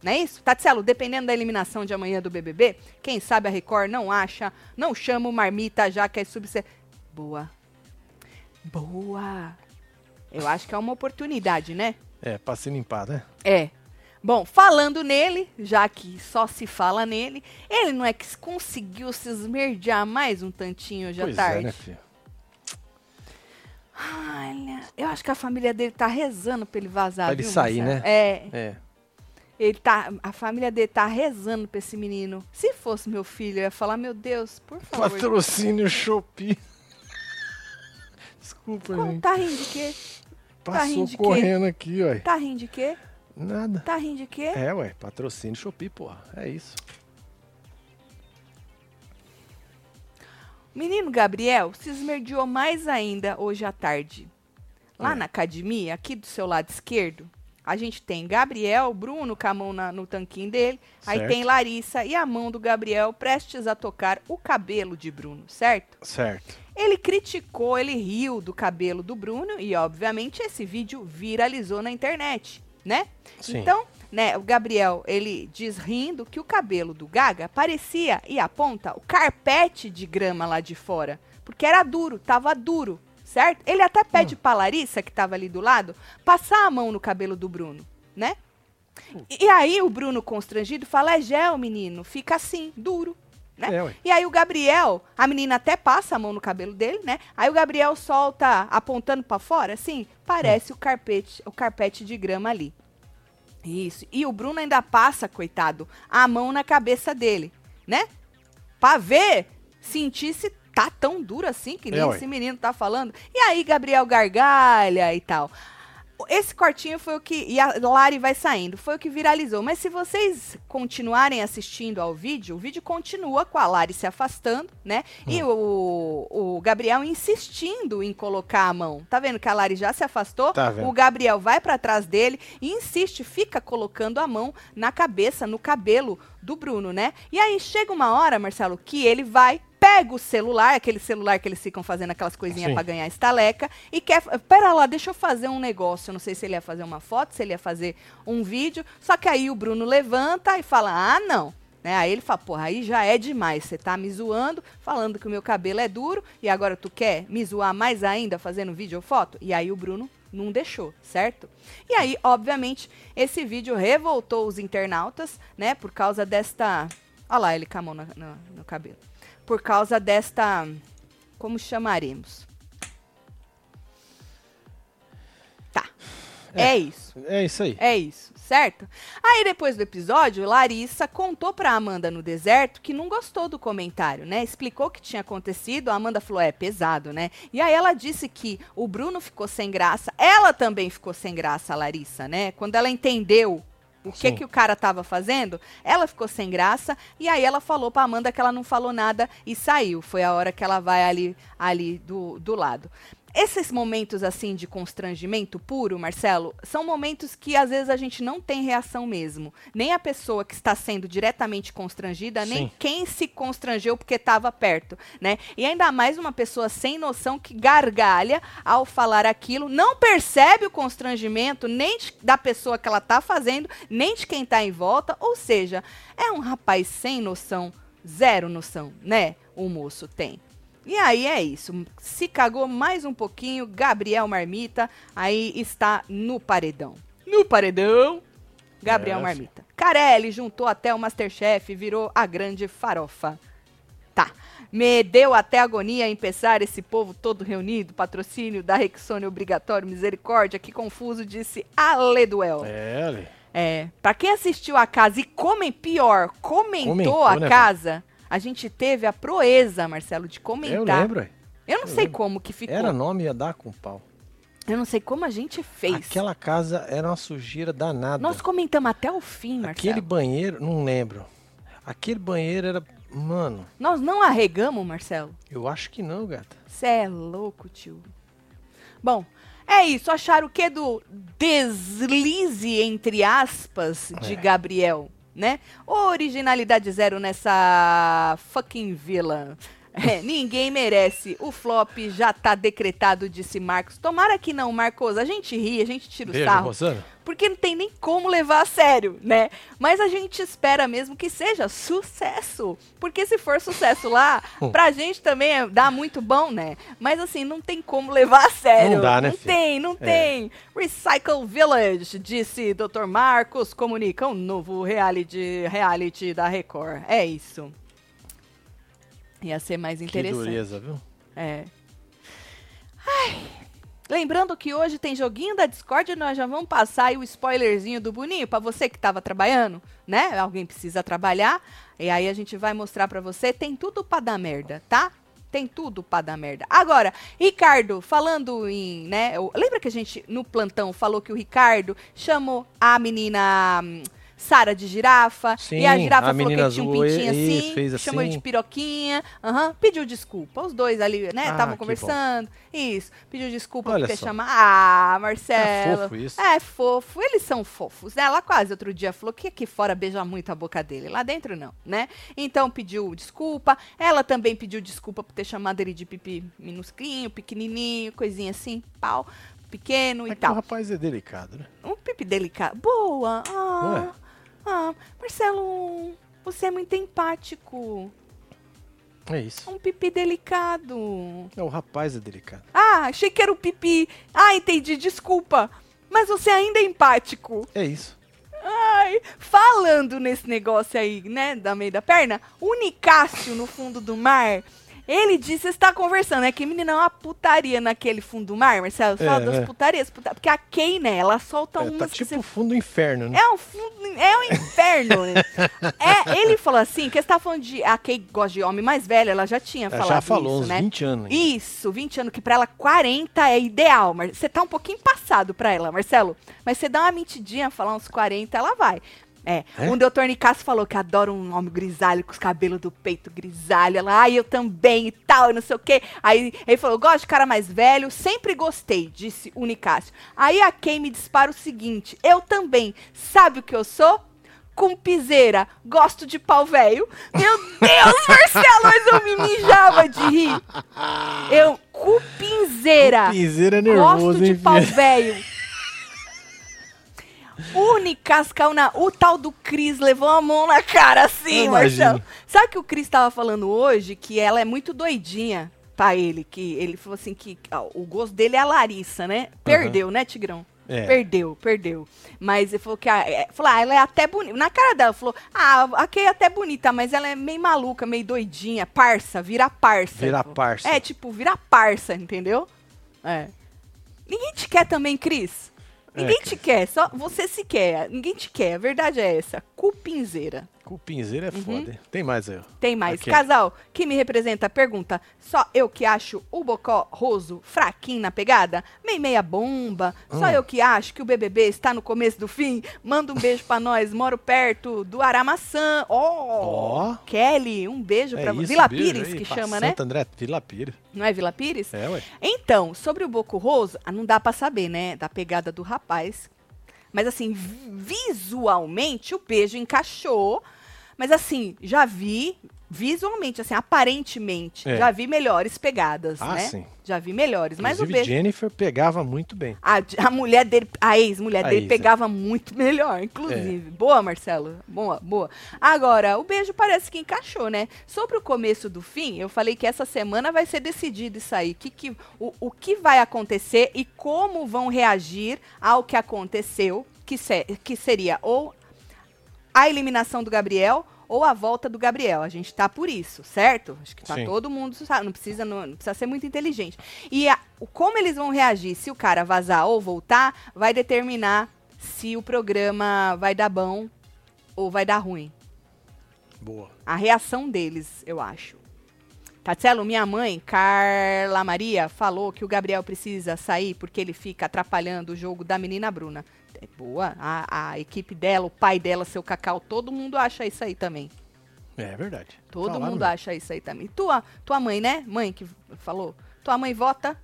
Speaker 2: Não é isso? Tatielo, dependendo da eliminação de amanhã do BBB, quem sabe a Record não acha, não chama o Marmita já que é subse... Boa. Boa. Eu acho que é uma oportunidade, né?
Speaker 1: É, pra se limpar, né?
Speaker 2: É. Bom, falando nele, já que só se fala nele, ele não é que conseguiu se esmerdear mais um tantinho hoje à
Speaker 1: pois é,
Speaker 2: tarde?
Speaker 1: né, filho?
Speaker 2: Olha, eu acho que a família dele tá rezando pra ele vazar.
Speaker 1: Pra ele
Speaker 2: viu,
Speaker 1: sair,
Speaker 2: Marcelo?
Speaker 1: né?
Speaker 2: É,
Speaker 1: É.
Speaker 2: ele tá, a família dele tá rezando pra esse menino. Se fosse meu filho, eu ia falar, meu Deus, por favor.
Speaker 1: Patrocínio Shopee. Desculpa,
Speaker 2: Como,
Speaker 1: gente.
Speaker 2: tá rindo de quê? rindo
Speaker 1: Passou
Speaker 2: de quê?
Speaker 1: correndo aqui, ó.
Speaker 2: Tá rindo de quê?
Speaker 1: Nada.
Speaker 2: Tá rindo de quê?
Speaker 1: É, ué, patrocínio Shopee, porra. É isso.
Speaker 2: Menino Gabriel se esmerdiou mais ainda hoje à tarde. Lá
Speaker 1: É.
Speaker 2: na academia, aqui do seu lado esquerdo, a gente tem Gabriel, Bruno com a mão na- no tanquinho dele, aí
Speaker 1: Certo.
Speaker 2: tem Larissa e a mão do Gabriel prestes a tocar o cabelo de Bruno, certo?
Speaker 1: Certo.
Speaker 2: Ele criticou, ele riu do cabelo do Bruno e, obviamente, esse vídeo viralizou na internet, né?
Speaker 1: Sim.
Speaker 2: Então, né, o Gabriel, ele diz rindo que o cabelo do Gaga parecia, e aponta, o carpete de grama lá de fora. Porque era duro, tava duro, certo? Ele até pede pra Larissa, que tava ali do lado, passar a mão no cabelo do Bruno, né? E, e aí o Bruno, constrangido, fala, é gel, menino, fica assim, duro, né?
Speaker 1: É, ué.
Speaker 2: E aí o Gabriel, a menina até passa a mão no cabelo dele, né? Aí o Gabriel solta apontando pra fora, assim, parece
Speaker 1: É.
Speaker 2: o carpete, o carpete de grama ali. Isso. E o Bruno ainda passa, coitado, a mão na cabeça dele, né? Pra ver, sentir se tá tão duro assim que nem
Speaker 1: É, ué.
Speaker 2: esse menino tá falando. E aí Gabriel gargalha e tal. Esse cortinho foi o que. E a Lari vai saindo. Foi o que viralizou. Mas se vocês continuarem assistindo ao vídeo, o vídeo continua com a Lari se afastando, né? E
Speaker 1: Hum.
Speaker 2: o, o Gabriel insistindo em colocar a mão. Tá vendo que a Lari já se afastou?
Speaker 1: Tá vendo.
Speaker 2: O Gabriel vai pra trás dele e insiste, fica colocando a mão na cabeça, no cabelo do Bruno, né? E aí chega uma hora, Marcelo, que ele vai. Pega o celular, aquele celular que eles ficam fazendo aquelas coisinhas
Speaker 1: Sim.
Speaker 2: pra ganhar estaleca e quer. Pera lá, deixa eu fazer um negócio. Eu Não sei se ele ia fazer uma foto, se ele ia fazer um vídeo. Só que aí o Bruno levanta e fala: Ah, não. Né? Aí ele fala: Porra, aí já é demais. Você tá me zoando, falando que o meu cabelo é duro e agora tu quer me zoar mais ainda fazendo vídeo ou foto? E aí o Bruno não deixou, certo? E aí, obviamente, esse vídeo revoltou os internautas, né? Por causa desta. Olha lá, ele com a mão na- na- no cabelo. Por causa desta. Como chamaremos? Tá. É. isso.
Speaker 1: É isso aí.
Speaker 2: É isso, certo? Aí depois do episódio, Larissa contou pra Amanda no deserto que não gostou do comentário, né? Explicou o que tinha acontecido, a Amanda falou: "É pesado, né?". E aí ela disse que o Bruno ficou sem graça, ela também ficou sem graça, a Larissa, né? Quando ela entendeu o que,
Speaker 1: Sim.
Speaker 2: que o cara tava fazendo, ela ficou sem graça e aí ela falou pra Amanda que ela não falou nada e saiu. Foi a hora que ela vai ali, ali do, do lado. Esses momentos assim de constrangimento puro, Marcelo, são momentos que às vezes a gente não tem reação mesmo. Nem a pessoa que está sendo diretamente constrangida, nem
Speaker 1: Sim.
Speaker 2: quem se constrangeu porque estava perto, né? E ainda mais uma pessoa sem noção que gargalha ao falar aquilo, não percebe o constrangimento nem de- da pessoa que ela tá fazendo, nem de quem tá em volta, ou seja, é um rapaz sem noção, zero noção, né? O moço tem. E aí é isso, se cagou mais um pouquinho, Gabriel Marmita aí está no paredão. No paredão, Gabriel
Speaker 1: É,
Speaker 2: Marmita. Carelli juntou até o Masterchef, virou a grande farofa. Tá. Me deu até agonia em pensar esse povo todo reunido, patrocínio da Rexone obrigatório, misericórdia, que confuso, disse Aleduel. É.
Speaker 1: É, Ale.
Speaker 2: Pra quem assistiu a casa e comem pior, comentou,
Speaker 1: Comentou,
Speaker 2: a
Speaker 1: né,
Speaker 2: casa, a gente teve a proeza, Marcelo, de
Speaker 1: Eu
Speaker 2: comentar.
Speaker 1: lembro, ué.
Speaker 2: Eu não
Speaker 1: Eu
Speaker 2: sei
Speaker 1: lembro.
Speaker 2: como que ficou.
Speaker 1: Era um nome ia dar com pau.
Speaker 2: Eu não sei como a gente fez.
Speaker 1: Aquela casa era uma sujeira danada.
Speaker 2: Nós comentamos até o fim, Marcelo.
Speaker 1: Aquele banheiro, não lembro. Aquele banheiro era. Mano,
Speaker 2: Nós não arregamos, Marcelo.
Speaker 1: eu acho que não, gata.
Speaker 2: Você é louco, tio. Bom, é isso. Acharam o que do deslize, entre aspas, de
Speaker 1: É.
Speaker 2: Gabriel, né? Originalidade zero nessa fucking vila. É, ninguém merece. O flop já tá decretado, disse Marcos. Tomara que não, Marcos. A gente ri, a gente tira o
Speaker 1: Beijo,
Speaker 2: sarro.
Speaker 1: Rosana.
Speaker 2: porque não tem nem como levar a sério, né? Mas a gente espera mesmo que seja sucesso, porque se for sucesso lá,
Speaker 1: Hum.
Speaker 2: pra gente também é- dá muito bom, né? Mas assim, não tem como levar a sério.
Speaker 1: Não dá, né, filho?
Speaker 2: tem, não
Speaker 1: É.
Speaker 2: tem. Recycle Village, disse Dr. Marcos, comunica um novo reality, reality da Record. É isso. Ia ser mais
Speaker 1: Que
Speaker 2: interessante.
Speaker 1: dureza, viu?
Speaker 2: É. Ai. Lembrando que hoje tem joguinho da Discord e nós já vamos passar aí o spoilerzinho do Boninho pra você que tava trabalhando, né? Alguém precisa trabalhar. E aí a gente vai mostrar pra você. Tem tudo pra dar merda, tá? Tem tudo pra dar merda. Agora, Ricardo, falando em, né? o- Lembra que a gente no plantão falou que o Ricardo chamou a menina hum, Sara de girafa
Speaker 1: Sim,
Speaker 2: e a girafa
Speaker 1: a
Speaker 2: falou que
Speaker 1: menina
Speaker 2: ele tinha um
Speaker 1: azul, e-
Speaker 2: pintinho
Speaker 1: isso,
Speaker 2: assim,
Speaker 1: fez
Speaker 2: chamou ele de
Speaker 1: assim.
Speaker 2: piroquinha, aham, pediu desculpa. Os dois ali, né,
Speaker 1: Ah,
Speaker 2: estavam
Speaker 1: que
Speaker 2: conversando. Isso, pediu desculpa
Speaker 1: Olha
Speaker 2: por ter
Speaker 1: só.
Speaker 2: chamado. Ah,
Speaker 1: É
Speaker 2: Marcelo.
Speaker 1: fofo isso.
Speaker 2: É fofo, eles são fofos. né? Ela quase outro dia falou que aqui fora beija muito a boca dele, lá dentro não, né? Então pediu desculpa. Ela também pediu desculpa por ter chamado ele de pipi minusquinho, pequenininho, coisinha assim, pau, pequeno
Speaker 1: É
Speaker 2: e
Speaker 1: que o
Speaker 2: tal.
Speaker 1: rapaz é delicado, né?
Speaker 2: Um pipi delicado. Boa! Ah,
Speaker 1: Ué?
Speaker 2: ah, Marcelo, você é muito empático.
Speaker 1: É isso.
Speaker 2: Um pipi delicado.
Speaker 1: É, o rapaz é delicado.
Speaker 2: Ah, achei que era o pipi. Ah, entendi, desculpa. Mas você ainda é empático.
Speaker 1: É isso.
Speaker 2: Ai, falando nesse negócio aí, né, da meia da perna, o Nicásio no fundo do mar, ele disse, está conversando, é que menina é uma putaria naquele fundo do mar, Marcelo, fala
Speaker 1: É,
Speaker 2: das
Speaker 1: é.
Speaker 2: putarias, puta- porque a Kay, né, ela solta
Speaker 1: É,
Speaker 2: umas
Speaker 1: tá
Speaker 2: que você
Speaker 1: tipo o fundo do inferno, né?
Speaker 2: é um, fu- é um inferno. né? é, ele falou assim, que você tá falando de... A Kay gosta de homem mais velho, ela já tinha
Speaker 1: Ela
Speaker 2: falado
Speaker 1: É, já falou
Speaker 2: isso,
Speaker 1: uns
Speaker 2: né?
Speaker 1: 20 anos. ainda.
Speaker 2: Isso, 20 anos, que pra ela 40 é ideal. Mar- Você tá um pouquinho passado pra ela, Marcelo. Mas você dá uma mentidinha, falar uns 40, ela vai. É,
Speaker 1: É?
Speaker 2: o doutor Nicasso falou que adora um homem grisalho, com os cabelos do peito grisalho. Ela, ai, eu também e tal, e não sei o quê. Aí ele falou, gosto de cara mais velho, sempre gostei, disse o Nicásio. Aí a Kay me dispara o seguinte, eu também, sabe o que eu sou? Com piseira, gosto de pau velho. Meu Deus, Marcelo, mas eu me mijava de rir. Eu, cupinzeira.
Speaker 1: Piseira
Speaker 2: ah, Gosto
Speaker 1: é nervoso,
Speaker 2: de
Speaker 1: hein,
Speaker 2: pau
Speaker 1: filho?
Speaker 2: velho. Únicas, Cauna. O tal do Cris levou a mão na cara assim,
Speaker 1: Eu
Speaker 2: Marcelo.
Speaker 1: imagino.
Speaker 2: Sabe que o Cris tava falando hoje que ela é muito doidinha pra ele? Que ele falou assim que ó, o gosto dele é a Larissa, né? Perdeu, né, Tigrão?
Speaker 1: É.
Speaker 2: Perdeu, perdeu. Mas ele falou que a, é, falou, ah, ela é até bonita. Na cara dela, falou: Ah, a Kay é até bonita, mas ela é meio maluca, meio doidinha, parça, vira parça.
Speaker 1: Vira
Speaker 2: Ele falou.
Speaker 1: parça.
Speaker 2: É, tipo, vira parça, entendeu? É. Ninguém te quer também, Cris.
Speaker 1: É,
Speaker 2: Ninguém te
Speaker 1: Cris.
Speaker 2: quer, só você se quer. Ninguém te quer, a verdade é essa. Cupinzeira.
Speaker 1: Cupinzeira é
Speaker 2: Uhum.
Speaker 1: foda. hein? Tem mais aí, ó.
Speaker 2: Tem mais.
Speaker 1: Ok.
Speaker 2: Casal, que me representa, pergunta. Só eu que acho o Bocó Roso fraquinho na pegada? Meio meia bomba. Só
Speaker 1: Hum.
Speaker 2: eu que acho que o BBB está no começo do fim? Manda um beijo pra nós. Moro perto do Aramaçã. Ó!
Speaker 1: Ó.
Speaker 2: Kelly, um beijo
Speaker 1: É
Speaker 2: pra você.
Speaker 1: isso,
Speaker 2: Vila
Speaker 1: beijo
Speaker 2: Pires
Speaker 1: aí
Speaker 2: que
Speaker 1: pra
Speaker 2: chama, né?
Speaker 1: Santo André, Vila Pires.
Speaker 2: Não é Vila Pires?
Speaker 1: É, ué.
Speaker 2: Então, sobre o Boco Roso, ah, não dá pra saber, né? Da pegada do rapaz. Mas assim, vi- visualmente o beijo encaixou. Mas assim, já vi visualmente, assim, aparentemente,
Speaker 1: É.
Speaker 2: já vi melhores pegadas,
Speaker 1: Ah,
Speaker 2: né?
Speaker 1: sim.
Speaker 2: Já vi melhores, mas o
Speaker 1: Inclusive,
Speaker 2: um beijo
Speaker 1: Jennifer pegava muito bem.
Speaker 2: a, a mulher dele, a ex-mulher
Speaker 1: A
Speaker 2: dele
Speaker 1: ex, é.
Speaker 2: pegava muito melhor, inclusive. Boa, Marcelo. Boa, boa. Agora, o beijo parece que encaixou, né? Sobre o começo do fim, eu falei que essa semana vai ser decidido isso aí. Que, que, o, o que vai acontecer e como vão reagir ao que aconteceu, que, se- que seria ou a eliminação do Gabriel ou a volta do Gabriel. A gente tá por isso, certo? Acho que tá
Speaker 1: Sim.
Speaker 2: todo mundo, sabe, não precisa, não, não precisa ser muito inteligente. E a- o- como eles vão reagir, se o cara vazar ou voltar, vai determinar se o programa vai dar bom ou vai dar ruim.
Speaker 1: Boa.
Speaker 2: A reação deles, eu acho. Tatielo, minha mãe, Carla Maria, falou que o Gabriel precisa sair porque ele fica atrapalhando o jogo da menina Bruna. É boa. A, a equipe dela, o pai dela, seu Cacau, todo mundo acha isso aí também.
Speaker 1: É verdade.
Speaker 2: Todo
Speaker 1: Falaram
Speaker 2: mundo
Speaker 1: mesmo.
Speaker 2: acha isso aí também. Tua, tua mãe, né? Mãe que falou. Tua mãe vota?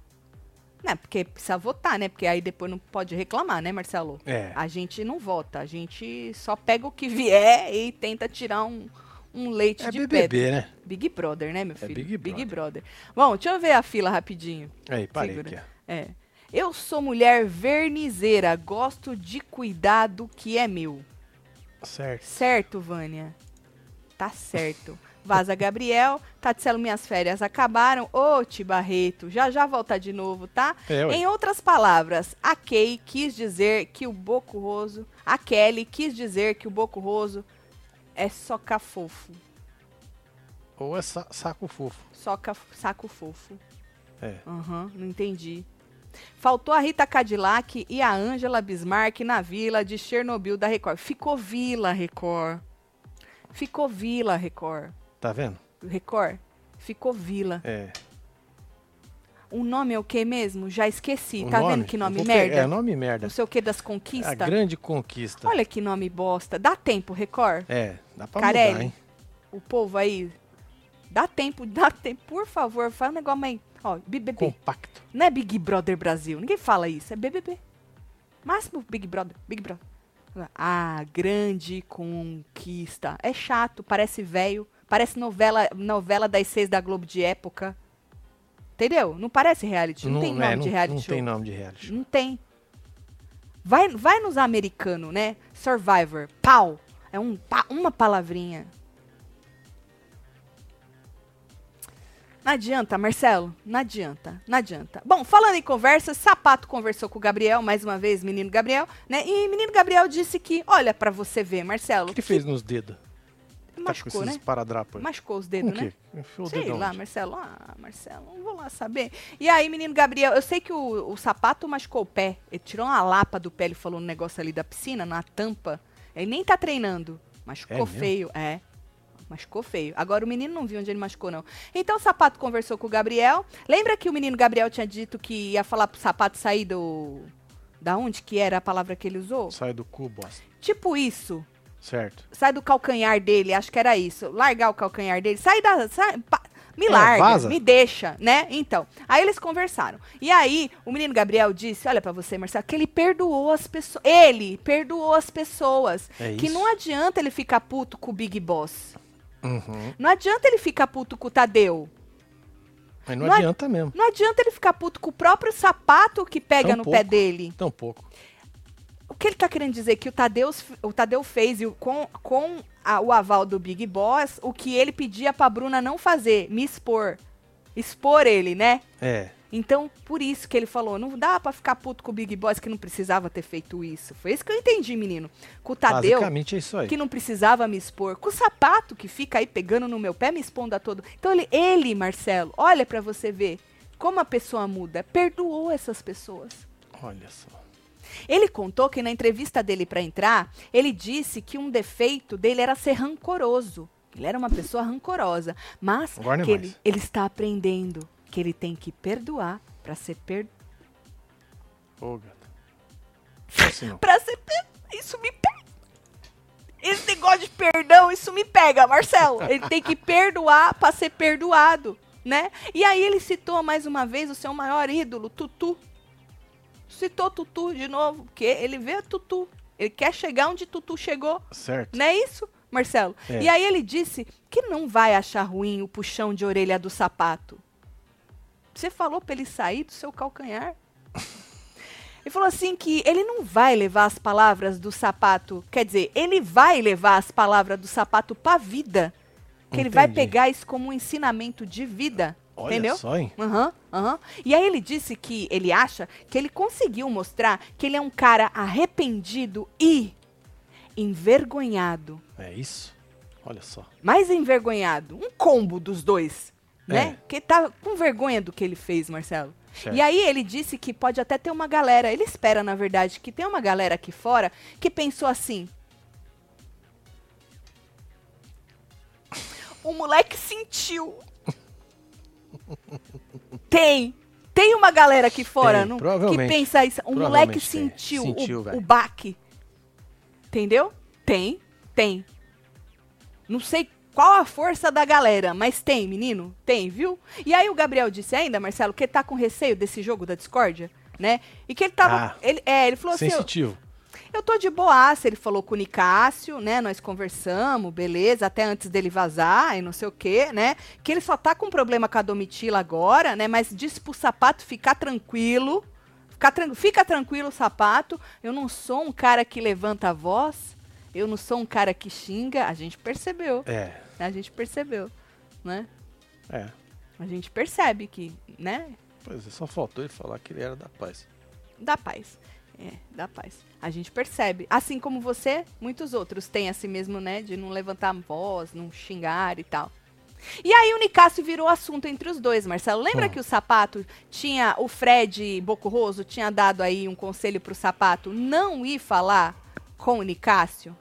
Speaker 2: Não, porque precisa votar, né? Porque aí depois não pode reclamar, né, Marcelo?
Speaker 1: É.
Speaker 2: A gente não vota, a gente só pega o que vier e tenta tirar um, um leite
Speaker 1: É
Speaker 2: de pedra.
Speaker 1: BBB, né?
Speaker 2: Big Brother, né, meu
Speaker 1: É
Speaker 2: filho?
Speaker 1: Big
Speaker 2: Big Brother. Bom, deixa eu ver a fila rapidinho.
Speaker 1: Aí, parei
Speaker 2: Segura.
Speaker 1: aqui. ó.
Speaker 2: É. Eu sou mulher vernizeira, gosto de cuidar do que é meu.
Speaker 1: Certo.
Speaker 2: Certo, Vânia? Tá certo. Vaza Gabriel, Tatselo, minhas férias acabaram. Ô, Ti Barreto, já já volta de novo, tá?
Speaker 1: É, ué.
Speaker 2: Em outras palavras, a Kay quis dizer que o Boco Roso. A Kelly quis dizer que o Boco Roso é soca fofo.
Speaker 1: Ou é sa- saco fofo.
Speaker 2: Soca saco fofo.
Speaker 1: É.
Speaker 2: Aham, não entendi. Faltou a Rita Cadillac e a Ângela Bismarck na vila de Chernobyl da Record. Ficou Vila Record. Ficou Vila Record.
Speaker 1: Tá vendo?
Speaker 2: Record? Ficou Vila.
Speaker 1: É.
Speaker 2: O nome é o que mesmo? Já esqueci.
Speaker 1: O
Speaker 2: tá vendo que nome
Speaker 1: Vou pe-
Speaker 2: merda?
Speaker 1: É, nome merda.
Speaker 2: Não sei o que das
Speaker 1: A
Speaker 2: conquistas.
Speaker 1: grande conquista.
Speaker 2: Olha que nome bosta. Dá tempo, Record?
Speaker 1: É, dá pra
Speaker 2: Carelli.
Speaker 1: mudar, hein?
Speaker 2: O povo aí. Dá tempo, dá tempo. Por favor, faz um negócio mais. Ó, BBB.
Speaker 1: Compacto.
Speaker 2: Não é Big Brother Brasil. Ninguém fala isso. É BBB. Máximo Big Brother. Big Brother. Ah, grande conquista. É chato, parece velho. Parece novela, novela das seis da Globo de época. Entendeu? Não parece reality. Não, tem nome
Speaker 1: é,
Speaker 2: de reality
Speaker 1: não
Speaker 2: show.
Speaker 1: tem nome de reality show.
Speaker 2: Não tem. Vai, vai nos americanos, né? Survivor. Pau. É um, pa- uma palavrinha. Não adianta, Marcelo. Não adianta, não adianta. Bom, falando em conversa, Sapato conversou com o Gabriel, mais uma vez, menino Gabriel, né? E menino Gabriel disse que, olha pra você ver,
Speaker 1: O
Speaker 2: Marcelo,
Speaker 1: que, que fez nos dedos? tá
Speaker 2: machucou,
Speaker 1: com
Speaker 2: né?
Speaker 1: esses paradrapos aí?
Speaker 2: Machucou os
Speaker 1: Com
Speaker 2: dedos,
Speaker 1: o
Speaker 2: né?
Speaker 1: quê? Enfiou o
Speaker 2: Sei
Speaker 1: dedo
Speaker 2: lá,
Speaker 1: onde?
Speaker 2: Marcelo. Ah, Marcelo, não vou lá saber. E aí, menino Gabriel, eu sei que o, o sapato machucou o pé. Ele tirou uma lapa do pé, ele falou no negócio ali da piscina, na tampa. Ele nem tá treinando.
Speaker 1: É
Speaker 2: Machucou
Speaker 1: mesmo?
Speaker 2: feio, é. Machucou feio. Agora o menino não viu onde ele machucou, não. Então o sapato conversou com o Gabriel. Lembra que o menino Gabriel tinha dito que ia falar pro sapato sair do. Da onde que era a palavra que ele usou?
Speaker 1: Sai do cu, bosta.
Speaker 2: Tipo isso
Speaker 1: Certo.
Speaker 2: sai do calcanhar dele, acho que era isso. Largar o calcanhar dele, sai da. sai- pa- me
Speaker 1: É,
Speaker 2: larga,
Speaker 1: vaza.
Speaker 2: me deixa, né? Então, aí eles conversaram. E aí, o menino Gabriel disse: Olha pra você, Marcelo, que ele perdoou as pessoas. Ele perdoou as pessoas.
Speaker 1: É
Speaker 2: que
Speaker 1: isso.
Speaker 2: não adianta ele ficar puto com o Big Boss.
Speaker 1: Uhum.
Speaker 2: Não adianta ele ficar puto com o Tadeu.
Speaker 1: Mas
Speaker 2: Não
Speaker 1: não,
Speaker 2: é- ad-
Speaker 1: adianta mesmo.
Speaker 2: Não adianta ele ficar puto com o próprio sapato que pega no pé
Speaker 1: Tampouco.
Speaker 2: dele.
Speaker 1: Tampouco.
Speaker 2: O que ele tá querendo dizer? Que o Tadeu, o Tadeu fez e o- com, com a- o aval do Big Boss o que ele pedia pra Bruna não fazer, me expor. Expor ele, né?
Speaker 1: É.
Speaker 2: Então, por isso que ele falou, não dá pra ficar puto com o Big Boss que não precisava ter feito isso. Foi isso que eu entendi, menino. Com o Tadeu,
Speaker 1: Basicamente é isso aí.
Speaker 2: que não precisava me expor. Com o sapato que fica aí pegando no meu pé, me expondo a todo. Então ele, ele Marcelo, olha pra você ver como a pessoa muda. Perdoou essas pessoas.
Speaker 1: Olha só.
Speaker 2: Ele contou que na entrevista dele para entrar, ele disse que um defeito dele era ser rancoroso. Ele era uma pessoa rancorosa, mas
Speaker 1: Agora nem
Speaker 2: que
Speaker 1: mais.
Speaker 2: ele, ele está aprendendo que ele tem que perdoar para ser per...
Speaker 1: Ô, gata. Não é Assim não.
Speaker 2: para ser per... isso me pega. Esse negócio de perdão, isso me pega, Marcelo. Ele tem que perdoar para ser perdoado, né? E aí ele citou mais uma vez o seu maior ídolo, Tutu. Citou Tutu de novo, porque ele vê Tutu. Ele quer chegar onde Tutu chegou.
Speaker 1: Certo.
Speaker 2: Não é isso, Marcelo?
Speaker 1: É.
Speaker 2: E aí ele disse que não vai achar ruim o puxão de orelha do sapato. Você falou pra ele sair do seu calcanhar. Ele falou assim que ele não vai levar as palavras do sapato, quer dizer, ele vai levar as palavras do sapato pra vida. Que ele vai
Speaker 1: Entendi.
Speaker 2: pegar isso como um ensinamento de vida.
Speaker 1: Olha
Speaker 2: entendeu?
Speaker 1: só, hein?
Speaker 2: Aham, aham. E aí ele disse que ele acha que ele conseguiu mostrar que ele é um cara arrependido e envergonhado.
Speaker 1: É isso. Olha só.
Speaker 2: Mais envergonhado. Um combo dos dois,
Speaker 1: É.
Speaker 2: né? Que tá com vergonha do que ele fez, Marcelo.
Speaker 1: Certo.
Speaker 2: E aí ele disse que pode até ter uma galera, ele espera, na verdade, que tem uma galera aqui fora que pensou assim. O moleque sentiu. tem. Tem uma galera aqui fora
Speaker 1: Tem,
Speaker 2: não- que
Speaker 1: provavelmente.
Speaker 2: pensa isso. O moleque
Speaker 1: Provavelmente tem.
Speaker 2: sentiu, o-
Speaker 1: Sentiu,
Speaker 2: o,
Speaker 1: velho.
Speaker 2: baque. Entendeu? Tem, tem. Não sei qual a força da galera, mas tem, menino. Tem, viu? E aí o Gabriel disse ainda, Marcelo, que ele tá com receio desse jogo da discórdia, né? E que ele tava...
Speaker 1: Ah.
Speaker 2: ele, é, ele falou assim... "Eu-
Speaker 1: Sensitivo.
Speaker 2: eu tô de boaça, ele falou com o Nicásio, né? Nós conversamos, beleza, até antes dele vazar e não sei o quê, né? Que ele só tá com problema com a Domitila agora, né? Mas disse pro sapato ficar tranquilo, Fica, tran- fica tranquilo, sapato. Eu não sou um cara que levanta a voz. Eu não sou um cara que xinga. A gente percebeu.
Speaker 1: É,
Speaker 2: A gente percebeu, né?
Speaker 1: é.
Speaker 2: A gente percebe que, né?
Speaker 1: Pois é, só faltou ele falar que ele era da paz.
Speaker 2: Dá paz. É, dá paz. A gente percebe. Assim como você, muitos outros têm assim mesmo, né? De não levantar a voz, não xingar e tal. E aí o Nicásio virou assunto entre os dois, Marcelo. Lembra
Speaker 1: Hum.
Speaker 2: que o sapato tinha. O Fred Bocorroso tinha dado aí um conselho pro sapato não ir falar com o Nicásio?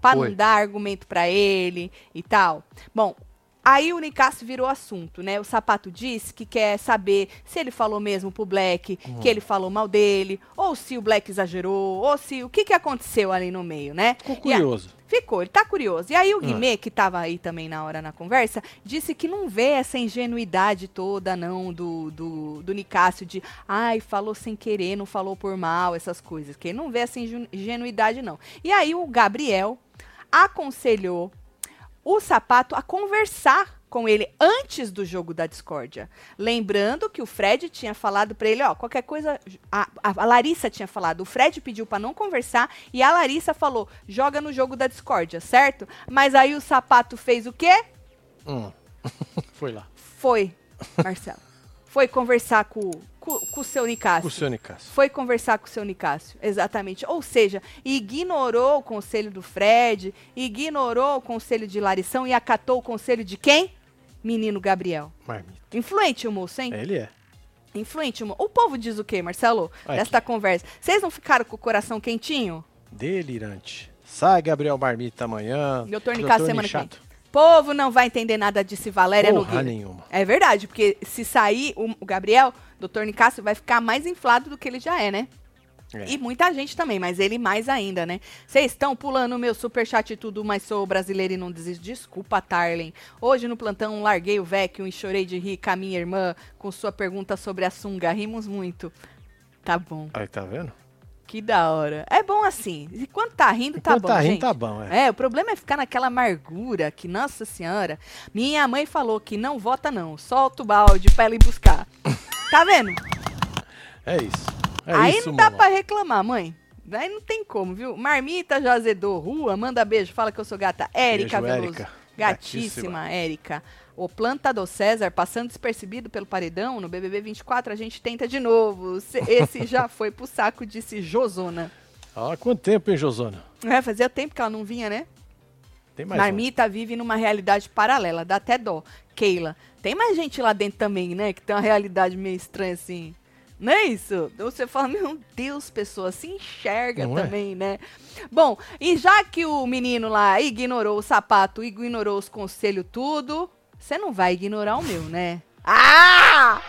Speaker 2: Pra
Speaker 1: Foi.
Speaker 2: não dar argumento pra ele e tal. Bom, aí o Nicásio virou assunto, né? O sapato disse que quer saber se ele falou mesmo pro Black, que ele falou mal dele, ou se o Black exagerou, ou se o que, que aconteceu ali no meio, né?
Speaker 1: Ficou
Speaker 2: E a-
Speaker 1: curioso.
Speaker 2: Ficou, ele tá curioso. E aí o
Speaker 1: Ah.
Speaker 2: Guimê, que tava aí também na hora na conversa, disse que não vê essa ingenuidade toda, não, do, do, do Nicásio de ai, falou sem querer, não falou por mal, essas coisas. Que ele não vê essa ingenu- ingenuidade, não. E aí o Gabriel aconselhou o sapato a conversar com ele antes do jogo da discórdia. Lembrando que o Fred tinha falado pra ele, ó, qualquer coisa, a, a- a Larissa tinha falado, o Fred pediu pra não conversar e a Larissa falou, joga no jogo da discórdia, certo? Mas aí o sapato fez o quê?
Speaker 1: Hum. Foi lá.
Speaker 2: Foi, Marcelo. foi conversar com o com, com o seu
Speaker 1: Com o
Speaker 2: Nicásio.
Speaker 1: seu Nicasso.
Speaker 2: Foi conversar com o seu Nicásio, exatamente. Ou seja, ignorou o conselho do Fred, ignorou o conselho de Larissão e acatou o conselho de quem? Menino Gabriel.
Speaker 1: Marmita.
Speaker 2: Influente o moço, hein?
Speaker 1: É, ele é.
Speaker 2: Influente o moço. O povo diz o quê, Marcelo?
Speaker 1: Olha
Speaker 2: Desta conversa. Vocês não ficaram com o coração quentinho?
Speaker 1: Delirante. Sai, Gabriel Marmita, amanhã.
Speaker 2: Doutor
Speaker 1: Doutor
Speaker 2: Nicasso, semana que vem.
Speaker 1: Nichato.
Speaker 2: Povo não vai entender nada disso, Valéria
Speaker 1: Porra
Speaker 2: Nogueira.
Speaker 1: nenhuma.
Speaker 2: É verdade, porque se sair o o Gabriel, doutor Nicásio vai ficar mais inflado do que ele já é, né?
Speaker 1: É.
Speaker 2: E muita gente também, mas ele mais ainda, né? Vocês estão pulando o meu superchat e tudo, mas sou brasileiro e não desisto. Desculpa, Tarlen. Hoje no plantão larguei o vecchio e chorei de rir com a minha irmã com sua pergunta sobre a sunga. Rimos muito. Tá bom.
Speaker 1: Aí, tá vendo?
Speaker 2: Que da hora. É bom assim. E quando tá rindo, tá
Speaker 1: Enquanto
Speaker 2: bom,
Speaker 1: tá rindo,
Speaker 2: gente.
Speaker 1: tá bom, é.
Speaker 2: É, o problema é ficar naquela amargura que, nossa senhora, minha mãe falou que não vota não, solta o balde pra ela ir buscar. tá vendo?
Speaker 1: É, isso. É
Speaker 2: Aí
Speaker 1: isso,
Speaker 2: não dá
Speaker 1: mano.
Speaker 2: pra reclamar, mãe. Aí não tem como, viu? Marmita já azedou, rua, manda beijo, fala que eu sou gata. Érica
Speaker 1: Beijo,
Speaker 2: Veloso.
Speaker 1: Érica.
Speaker 2: Gatíssima, Érica. O plantador César, passando despercebido pelo paredão, no BBB 24 a gente tenta de novo. Se- Esse já foi pro saco, disse Josona.
Speaker 1: Ó, quanto tempo, hein, Josona?
Speaker 2: É, fazia tempo que ela não vinha, né?
Speaker 1: Tem mais um.
Speaker 2: Marmita tá vive numa realidade paralela, dá até dó. Keila, tem mais gente lá dentro também, né? Que tem uma realidade meio estranha assim. Não é isso? Então você fala, meu Deus, pessoa, se enxerga
Speaker 1: Não é?
Speaker 2: também, né? Bom, e já que o menino lá ignorou o sapato, ignorou os conselhos, tudo, você não vai ignorar o meu, né? Ah!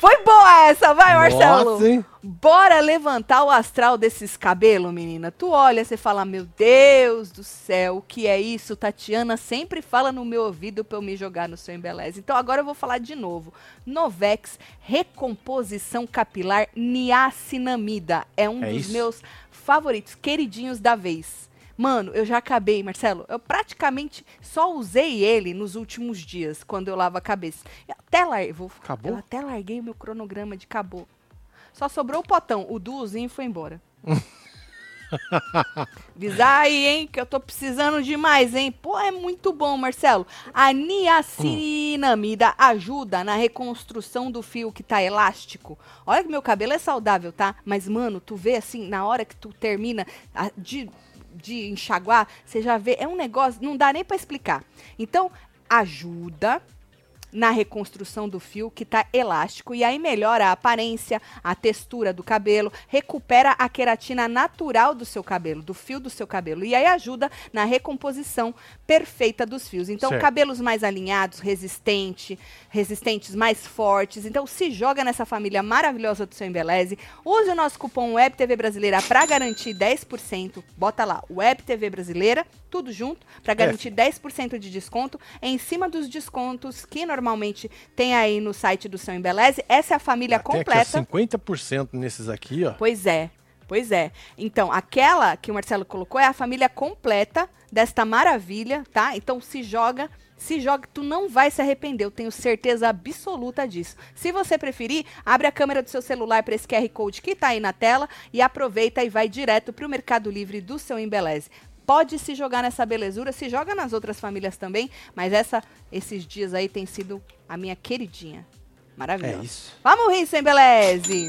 Speaker 2: Foi boa essa, vai, Marcelo!
Speaker 1: um. Nossa, hein?
Speaker 2: Bora levantar o astral desses cabelos, menina. Tu olha, você fala, meu Deus do céu, o que é isso? Tatiana sempre fala no meu ouvido pra eu me jogar no seu embeleze. Então agora eu vou falar de novo. Novex, recomposição capilar niacinamida. É um
Speaker 1: É
Speaker 2: dos
Speaker 1: isso?
Speaker 2: meus favoritos, queridinhos da vez. Mano, eu já acabei, Marcelo. Eu praticamente só usei ele nos últimos dias, quando eu lavo a cabeça. Eu até lá, eu vou
Speaker 1: Acabou?
Speaker 2: eu até larguei o meu cronograma de acabou. Só sobrou o potão. O duozinho foi embora. Avisar aí, hein, que eu tô precisando de mais, hein? Pô, é muito bom, Marcelo. A niacinamida ajuda na reconstrução do fio que tá elástico. Olha que meu cabelo é saudável, tá? Mas, mano, tu vê assim, na hora que tu termina a- de, de enxaguar, você já vê. É um negócio, não dá nem pra explicar. Então, ajuda na reconstrução do fio que tá elástico e aí melhora a aparência, a textura do cabelo, recupera a queratina natural do seu cabelo, do fio do seu cabelo e aí ajuda na recomposição perfeita dos fios. Então
Speaker 1: Certo.
Speaker 2: cabelos mais alinhados, resistente, resistentes mais fortes. Então se joga nessa família maravilhosa do seu embeleze. Use o nosso cupom WebTV Brasileira para garantir 10%. Bota lá WebTV Brasileira, tudo junto para garantir 10% de desconto em cima dos descontos que normalmente tem aí no site do seu Embeleze. Essa é a família
Speaker 1: Até aqui, ó,
Speaker 2: completa.
Speaker 1: 50% nesses aqui, ó.
Speaker 2: Pois é. Pois é. Então, aquela que o Marcelo colocou é a família completa desta maravilha, tá? Então se joga, se joga, tu não vai se arrepender, eu tenho certeza absoluta disso. Se você preferir, abre a câmera do seu celular para esse QR Code que tá aí na tela e aproveita e vai direto pro Mercado Livre do seu Embeleze. Pode se jogar nessa belezura, se joga nas outras famílias também, mas essa esses dias aí tem sido a minha queridinha. Maravilha.
Speaker 1: É isso.
Speaker 2: Vamos rir, sem beleze.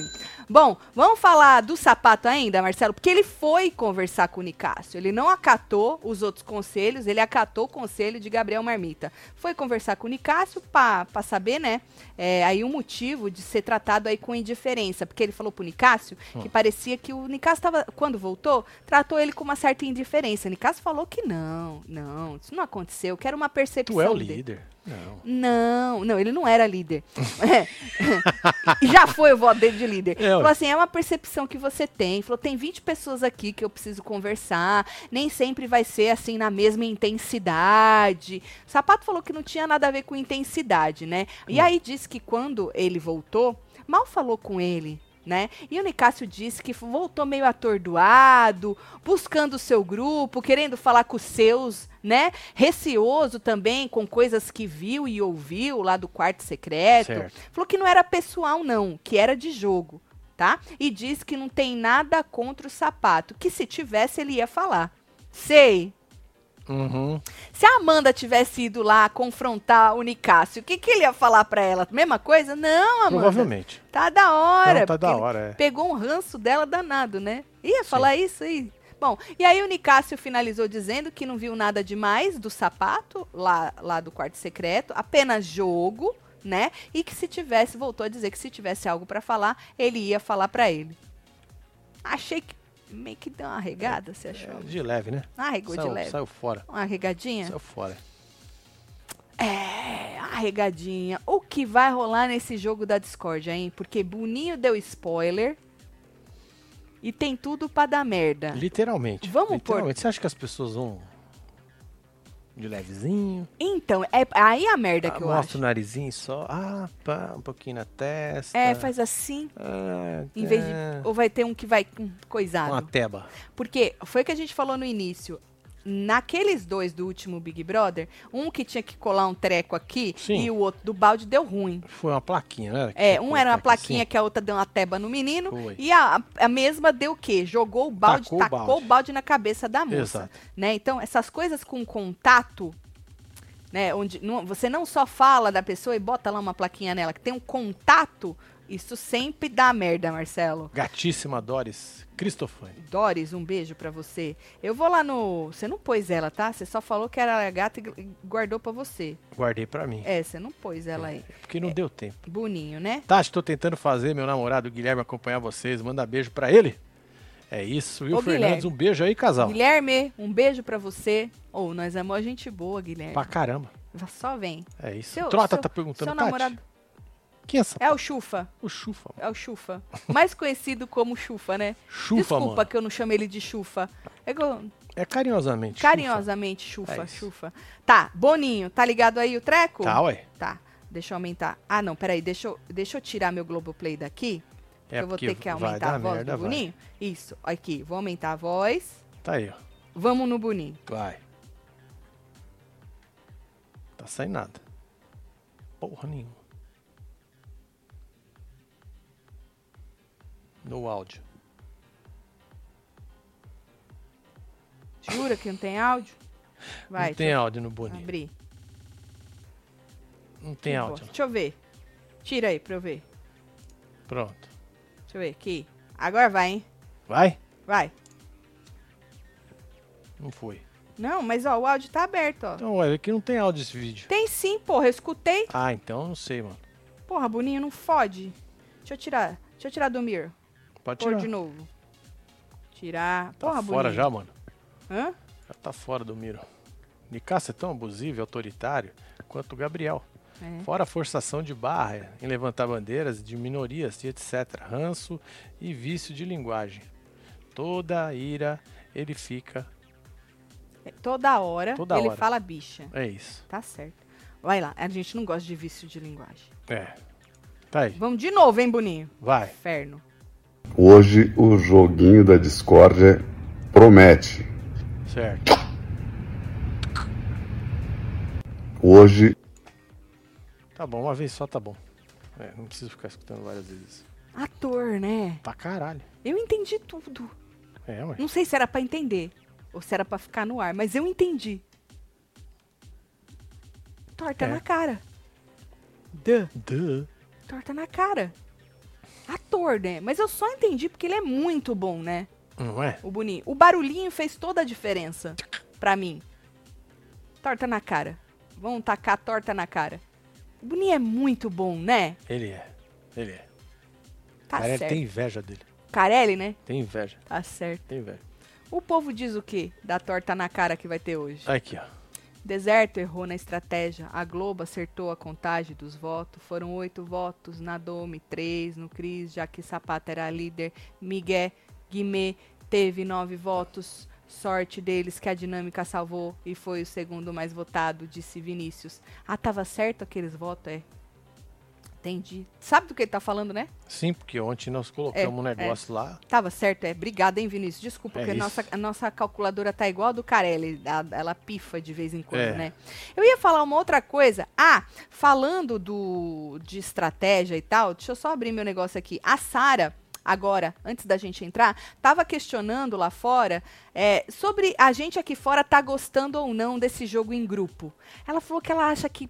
Speaker 2: Bom, vamos falar do sapato ainda, Marcelo, porque ele foi conversar com o Nicásio. Ele não acatou os outros conselhos, ele acatou o conselho de Gabriel Marmita. Foi conversar com o Nicásio para saber, né, é, aí o motivo de ser tratado aí com indiferença, porque ele falou pro Nicásio que
Speaker 1: Hum.
Speaker 2: parecia que o Nicásio estava, quando voltou, tratou ele com uma certa indiferença. O Nicásio falou que não, não, isso não aconteceu, que era uma percepção
Speaker 1: Tu é o
Speaker 2: dele.
Speaker 1: líder? Não.
Speaker 2: Não, não, ele não era líder. É. Já foi o voto dele de líder.
Speaker 1: É, ué.
Speaker 2: Falou assim, é uma percepção que você tem. Falou, tem 20 pessoas aqui que eu preciso conversar. Nem sempre vai ser assim na mesma intensidade. O sapato falou que não tinha nada a ver com intensidade, né? E
Speaker 1: Hum.
Speaker 2: aí disse que quando ele voltou, mal falou com ele. Né? E o Nicásio disse que voltou meio atordoado, buscando o seu grupo, querendo falar com os seus, né? Receoso também com coisas que viu e ouviu lá do quarto secreto.
Speaker 1: Certo.
Speaker 2: Falou que não era pessoal, não, que era de jogo, tá? E diz que não tem nada contra o sapato, que se tivesse ele ia falar. Sei.
Speaker 1: Uhum.
Speaker 2: Se a Amanda tivesse ido lá confrontar o Nicásio, o que, que ele ia falar pra ela? Mesma coisa? Não, Amanda.
Speaker 1: Provavelmente.
Speaker 2: Tá da hora.
Speaker 1: não, tá
Speaker 2: porque
Speaker 1: da
Speaker 2: ele-
Speaker 1: hora, é.
Speaker 2: pegou um ranço dela danado, né? Ia falar isso aí. Bom, e aí o Nicásio finalizou dizendo que não viu nada demais do sapato lá, lá do quarto secreto, apenas jogo, né? E que se tivesse, voltou a dizer que se tivesse algo pra falar, ele ia falar pra ele. Achei que meio que deu uma regada, você achou?
Speaker 1: É, De leve, né?
Speaker 2: Arregou de
Speaker 1: Saiu-
Speaker 2: leve.
Speaker 1: Saiu fora.
Speaker 2: Uma regadinha?
Speaker 1: Saiu fora.
Speaker 2: É, arregadinha. O que vai rolar nesse jogo da discórdia, hein? Porque Boninho deu spoiler e tem tudo pra dar merda.
Speaker 1: Literalmente.
Speaker 2: É. Vamos pôr-
Speaker 1: Literalmente. Você acha que as pessoas vão de levezinho?
Speaker 2: Então, é aí a merda
Speaker 1: Ah,
Speaker 2: que eu
Speaker 1: mostra
Speaker 2: acho.
Speaker 1: o narizinho só. Ah, pá, um pouquinho na testa.
Speaker 2: É, faz assim,
Speaker 1: Ah,
Speaker 2: em vez de...
Speaker 1: é,
Speaker 2: Ou vai ter um que vai hum,
Speaker 1: Uma
Speaker 2: coisado.
Speaker 1: teba.
Speaker 2: Porque foi o que a gente falou no início. Naqueles dois do último Big Brother, um que tinha que colar um treco aqui
Speaker 1: Sim.
Speaker 2: e o outro do balde deu ruim.
Speaker 1: Foi uma plaquinha, né?
Speaker 2: É,
Speaker 1: Tipo,
Speaker 2: um era uma
Speaker 1: aqui
Speaker 2: plaquinha
Speaker 1: assim.
Speaker 2: que a outra deu uma teba no menino.
Speaker 1: Foi.
Speaker 2: E a, a mesma deu o quê? Jogou o balde,
Speaker 1: Tacou o
Speaker 2: tacou
Speaker 1: balde.
Speaker 2: o balde na cabeça da moça.
Speaker 1: Exato.
Speaker 2: Né? Então, essas coisas com contato, né? Onde não- você não só fala da pessoa e bota lá uma plaquinha nela, que tem um contato, isso sempre dá merda, Marcelo.
Speaker 1: assim. Gatíssima Doris Cristofani.
Speaker 2: Doris, um beijo pra você. Eu vou lá no. Você não pôs ela, tá? Você só falou que era gata e gu- guardou pra você.
Speaker 1: Guardei pra mim.
Speaker 2: É, você não pôs ela aí.
Speaker 1: Porque não deu tempo.
Speaker 2: Boninho, né?
Speaker 1: Tati, tô tentando fazer meu namorado Guilherme acompanhar vocês. Manda beijo pra ele. É isso. Will
Speaker 2: Ô,
Speaker 1: Fernandes,
Speaker 2: Guilherme.
Speaker 1: um beijo aí, casal.
Speaker 2: Guilherme, um beijo pra você. Ou nós amamos a gente boa, Guilherme.
Speaker 1: Pra caramba.
Speaker 2: Só vem.
Speaker 1: É isso.
Speaker 2: Seu-
Speaker 1: Trota
Speaker 2: seu-
Speaker 1: tá perguntando,
Speaker 2: seu
Speaker 1: Tati,
Speaker 2: namorado-
Speaker 1: quem é essa?
Speaker 2: É o Chufa.
Speaker 1: O Chufa,
Speaker 2: É
Speaker 1: mano.
Speaker 2: o Chufa. Mais conhecido como Chufa, né?
Speaker 1: Chufa,
Speaker 2: Desculpa
Speaker 1: mano.
Speaker 2: que eu não chamei ele de Chufa. É que eu-
Speaker 1: É carinhosamente. Chufa.
Speaker 2: carinhosamente Chufa,
Speaker 1: É isso.
Speaker 2: Chufa. Tá, Boninho, tá ligado aí o treco?
Speaker 1: Tá, ué.
Speaker 2: Tá, deixa eu aumentar. Ah, não, peraí, deixa eu, deixa eu tirar meu Globoplay daqui.
Speaker 1: É
Speaker 2: que eu vou
Speaker 1: porque
Speaker 2: ter que
Speaker 1: vai
Speaker 2: aumentar
Speaker 1: dar
Speaker 2: a voz
Speaker 1: merda,
Speaker 2: do
Speaker 1: vai.
Speaker 2: Boninho. Isso, aqui, vou aumentar a voz.
Speaker 1: Tá aí, ó.
Speaker 2: Vamos no Boninho.
Speaker 1: Vai. Tá sem nada. Porra nenhuma. No áudio.
Speaker 2: Jura que não tem áudio? Vai,
Speaker 1: não tem
Speaker 2: deixa
Speaker 1: áudio no
Speaker 2: eu
Speaker 1: Boninho.
Speaker 2: abrir.
Speaker 1: Não tem
Speaker 2: Que
Speaker 1: áudio.
Speaker 2: bosta. Deixa eu ver. Tira aí pra eu ver.
Speaker 1: não. Pronto.
Speaker 2: Deixa eu ver aqui. Agora vai, hein?
Speaker 1: Vai?
Speaker 2: Vai.
Speaker 1: Não foi.
Speaker 2: Não, mas ó, o áudio tá aberto, ó.
Speaker 1: Então, olha, aqui não tem áudio esse vídeo.
Speaker 2: Tem sim, porra, eu escutei.
Speaker 1: Ah, então eu não sei, mano.
Speaker 2: Porra, Boninho, não fode. Deixa eu tirar. Deixa eu tirar do Mir.
Speaker 1: Pode
Speaker 2: Pôr
Speaker 1: tirar.
Speaker 2: de novo. Tirar.
Speaker 1: Tá
Speaker 2: Porra,
Speaker 1: fora
Speaker 2: Boninho.
Speaker 1: já, mano.
Speaker 2: Hã?
Speaker 1: Já tá fora do Miro. Nicasso é tão abusivo e autoritário quanto o Gabriel.
Speaker 2: É.
Speaker 1: Fora a forçação de barra em levantar bandeiras de minorias e etc. Ranço e vício de linguagem. Toda a ira ele fica.
Speaker 2: É, Toda hora
Speaker 1: Toda
Speaker 2: ele
Speaker 1: hora.
Speaker 2: fala bicha.
Speaker 1: É isso.
Speaker 2: Tá certo. Vai lá, a gente não gosta de vício de linguagem.
Speaker 1: É. Tá aí.
Speaker 2: Vamos de novo, hein, Boninho?
Speaker 1: Vai.
Speaker 2: Inferno.
Speaker 3: Hoje o joguinho da discórdia promete.
Speaker 1: Certo.
Speaker 3: Hoje
Speaker 1: Tá bom, uma vez só tá bom. É, não preciso ficar escutando várias vezes.
Speaker 2: Ator, né?
Speaker 1: Pra caralho.
Speaker 2: Eu entendi tudo.
Speaker 1: É, ué.
Speaker 2: Não sei se era pra entender ou se era pra ficar no ar, mas eu entendi. Torta
Speaker 1: É.
Speaker 2: na cara.
Speaker 1: Duh.
Speaker 2: Torta na cara. Ator, né? Mas eu só entendi porque ele é muito bom, né?
Speaker 1: Não é?
Speaker 2: O Boninho. O barulhinho fez toda a diferença pra mim. Torta na cara. Vão tacar torta na cara. O Boninho é muito bom, né?
Speaker 1: Ele é. Ele é.
Speaker 2: Tá
Speaker 1: Cara, ele
Speaker 2: certo.
Speaker 1: tem inveja dele.
Speaker 2: Carelli, né?
Speaker 1: Tem inveja.
Speaker 2: Tá certo.
Speaker 1: Tem inveja.
Speaker 2: O povo diz o quê da torta na cara que vai ter hoje?
Speaker 1: Aqui, ó.
Speaker 2: Deserto errou na estratégia. A Globo acertou a contagem dos votos. Foram oito votos. Na Dome, três. No Cris, já que Sapata era líder. Miguel Guimê teve nove votos. Sorte deles que a dinâmica salvou e foi o segundo mais votado, disse Vinícius. Ah, tava certo aqueles votos, é? Entendi. Sabe do que ele tá falando, né?
Speaker 1: Sim, porque ontem nós
Speaker 2: É,
Speaker 1: colocamos um negócio lá.
Speaker 2: Tava certo, é. Obrigada, hein, Vinícius? Desculpa,
Speaker 1: É
Speaker 2: porque a
Speaker 1: isso.
Speaker 2: nossa, a nossa calculadora tá igual a do Carelli. a- ela pifa de vez em quando,
Speaker 1: É.
Speaker 2: né? Eu ia falar uma outra coisa. Ah, falando do, de estratégia e tal, deixa eu só abrir meu negócio aqui. A Sara, agora, antes da gente entrar, tava questionando lá fora é, sobre a gente aqui fora tá gostando ou não desse jogo em grupo. Ela falou que ela acha que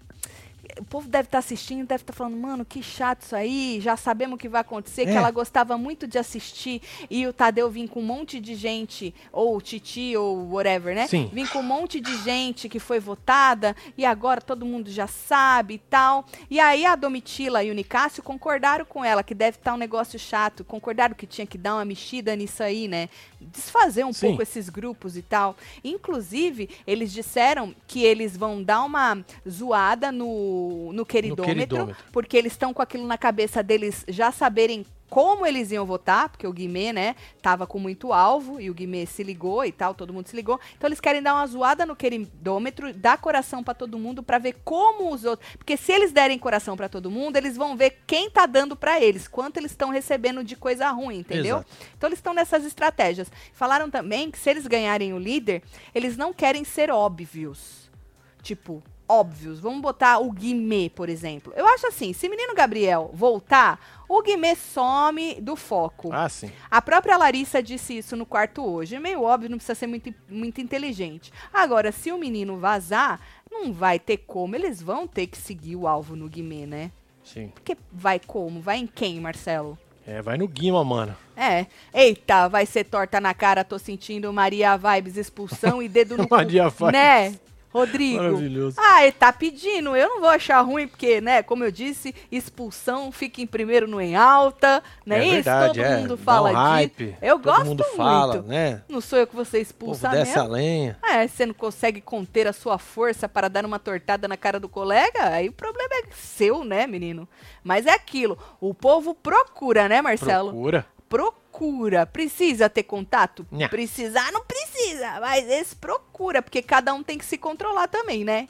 Speaker 2: o povo deve estar assistindo, deve estar falando, mano, que chato isso aí, já sabemos o que vai acontecer, que
Speaker 1: É.
Speaker 2: ela gostava muito de assistir e o Tadeu vir com um monte de gente, ou Titi, ou whatever, né?
Speaker 1: Sim.
Speaker 2: Vim com um monte de gente que foi votada e agora todo mundo já sabe e tal. E aí a Domitila e o Nicásio concordaram com ela, que deve estar um negócio chato, concordaram que tinha que dar uma mexida nisso aí, né? Desfazer um
Speaker 1: Sim.
Speaker 2: pouco esses grupos e tal. Inclusive, eles disseram que eles vão dar uma zoada no, no, queridômetro,
Speaker 1: queridômetro.
Speaker 2: porque eles estão com aquilo na cabeça deles já saberem como eles iam votar, porque o Guimê, né, tava com muito alvo e o Guimê se ligou e tal, todo mundo se ligou. Então eles querem dar uma zoada no queridômetro, dar coração pra todo mundo pra ver como os outros, porque se eles derem coração pra todo mundo, eles vão ver quem tá dando pra eles, quanto eles estão recebendo de coisa ruim, entendeu?
Speaker 1: Exato.
Speaker 2: Então eles estão nessas estratégias. Falaram também que se eles ganharem o líder, eles não querem ser óbvios. Tipo, óbvios. Vamos botar o Guimê, por exemplo. Eu acho assim, se menino Gabriel voltar, o Guimê some do foco.
Speaker 1: Ah, sim.
Speaker 2: A própria Larissa disse isso no quarto hoje. É meio óbvio, não precisa ser muito, muito inteligente. Agora, se o menino vazar, não vai ter como. Eles vão ter que seguir o alvo no Guimê, né?
Speaker 1: Sim.
Speaker 2: Porque vai como? Vai em quem, Marcelo?
Speaker 1: É, vai no Guima, mano.
Speaker 2: É. Eita, vai ser torta na cara, tô sentindo Maria Vibes expulsão e dedo no cu.
Speaker 1: Maria Vibes.
Speaker 2: Né, Rodrigo?
Speaker 1: Maravilhoso.
Speaker 2: Ah, ele tá pedindo. Eu não vou achar ruim, porque, né, como eu disse, expulsão fica em primeiro, não em alta. Não é, isso?
Speaker 1: verdade,
Speaker 2: Todo
Speaker 1: é.
Speaker 2: mundo
Speaker 1: Dá
Speaker 2: fala
Speaker 1: um hype.
Speaker 2: disso. Eu
Speaker 1: Todo
Speaker 2: gosto
Speaker 1: mundo
Speaker 2: muito.
Speaker 1: fala, né?
Speaker 2: Não sou eu que você
Speaker 1: O povo
Speaker 2: expulsa mesmo.
Speaker 1: dessa lenha.
Speaker 2: É, você não consegue conter a sua força para dar uma tortada na cara do colega, aí o problema é seu, né, menino? Mas é aquilo. O povo procura, né, Marcelo?
Speaker 1: Procura.
Speaker 2: procura. Precisa ter contato?
Speaker 1: Nha.
Speaker 2: Precisar não precisa, mas esse procura, porque cada um tem que se controlar também, né?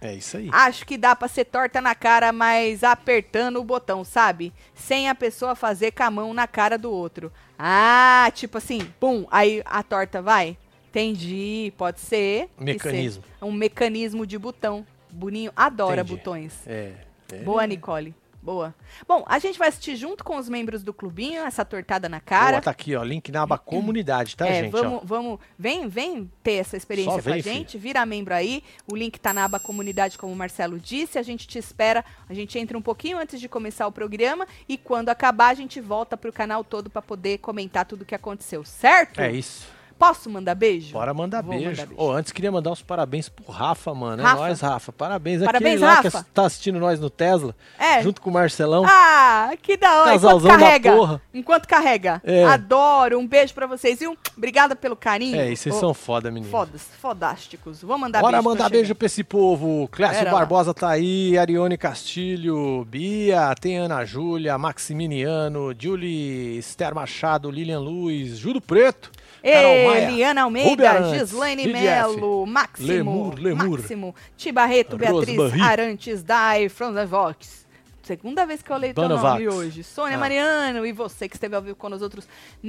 Speaker 1: É isso aí.
Speaker 2: Acho que dá pra ser torta na cara, mas apertando o botão, sabe? Sem a pessoa fazer com a mão na cara do outro. Ah, tipo assim, pum, aí a torta vai. Entendi, pode ser. que
Speaker 1: Mecanismo.
Speaker 2: seja. É um mecanismo de botão. Boninho adora
Speaker 1: Entendi.
Speaker 2: botões.
Speaker 1: É. é.
Speaker 2: Boa, Nicole. Boa. Bom, a gente vai assistir junto com os membros do clubinho essa tortada na cara.
Speaker 1: Boa, tá aqui, ó. Link na aba comunidade, tá,
Speaker 2: é,
Speaker 1: gente?
Speaker 2: vamos,
Speaker 1: Ó.
Speaker 2: vamos, vem, vem ter essa experiência
Speaker 1: Só
Speaker 2: com a
Speaker 1: vem,
Speaker 2: gente, vira membro aí. O link tá na aba comunidade, como o Marcelo disse. A gente te espera, a gente entra um pouquinho antes de começar o programa e quando acabar a gente volta pro canal todo pra poder comentar tudo o que aconteceu, certo?
Speaker 1: É isso.
Speaker 2: Posso mandar beijo?
Speaker 1: Bora mandar
Speaker 2: Vou
Speaker 1: beijo.
Speaker 2: mandar beijo.
Speaker 1: Ô, antes queria mandar os parabéns pro Rafa, mano.
Speaker 2: Rafa.
Speaker 1: É nóis, Rafa. Parabéns.
Speaker 2: Parabéns,
Speaker 1: Aquele lá
Speaker 2: Rafa.
Speaker 1: que tá assistindo nós no Tesla,
Speaker 2: É.
Speaker 1: junto com o Marcelão.
Speaker 2: Ah, que da hora. Enquanto
Speaker 1: Casalzão da
Speaker 2: carrega.
Speaker 1: porra.
Speaker 2: Enquanto carrega.
Speaker 1: É.
Speaker 2: Adoro. Um beijo pra vocês e um obrigada pelo carinho.
Speaker 1: é, e vocês
Speaker 2: Ô,
Speaker 1: são foda, menino.
Speaker 2: fodas, fodásticos. Vou mandar
Speaker 1: Bora
Speaker 2: beijo. pra
Speaker 1: mandar
Speaker 2: chegar.
Speaker 1: beijo pra esse povo. Clécio
Speaker 2: Pera lá.
Speaker 1: Barbosa tá aí, Arione Castilho, Bia, tem Ana Júlia, Maximiliano, Julie, Esther Machado, Lilian Luz, Judo Preto, Carol
Speaker 2: Eliana
Speaker 1: Maia,
Speaker 2: Liana
Speaker 1: Rubia
Speaker 2: Almeida,
Speaker 1: Arantes,
Speaker 2: Gislaine
Speaker 1: Lidia
Speaker 2: Melo, Máximo,
Speaker 1: Lemur, Lemur.
Speaker 2: Máximo, Ti Barreto,
Speaker 1: Rose
Speaker 2: Beatriz
Speaker 1: Barri.
Speaker 2: Arantes, Dai, From the Vox, segunda vez que eu leio teu
Speaker 1: Donovax.
Speaker 2: nome hoje. Sônia
Speaker 1: Ah.
Speaker 2: Mariano e você que esteve ao vivo com nós outros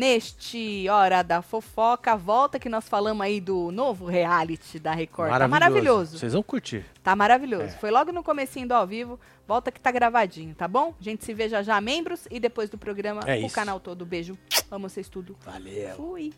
Speaker 2: neste Hora da Fofoca. Volta que nós falamos aí do novo reality da Record. Tá maravilhoso.
Speaker 1: Vocês vão curtir.
Speaker 2: Tá maravilhoso.
Speaker 1: É.
Speaker 2: Foi logo no comecinho do ao vivo. Volta que tá gravadinho, tá bom? A gente se vê já já, membros. E depois do programa,
Speaker 1: É
Speaker 2: o
Speaker 1: isso.
Speaker 2: canal todo. Beijo. Amo vocês tudo.
Speaker 1: Valeu.
Speaker 2: Fui.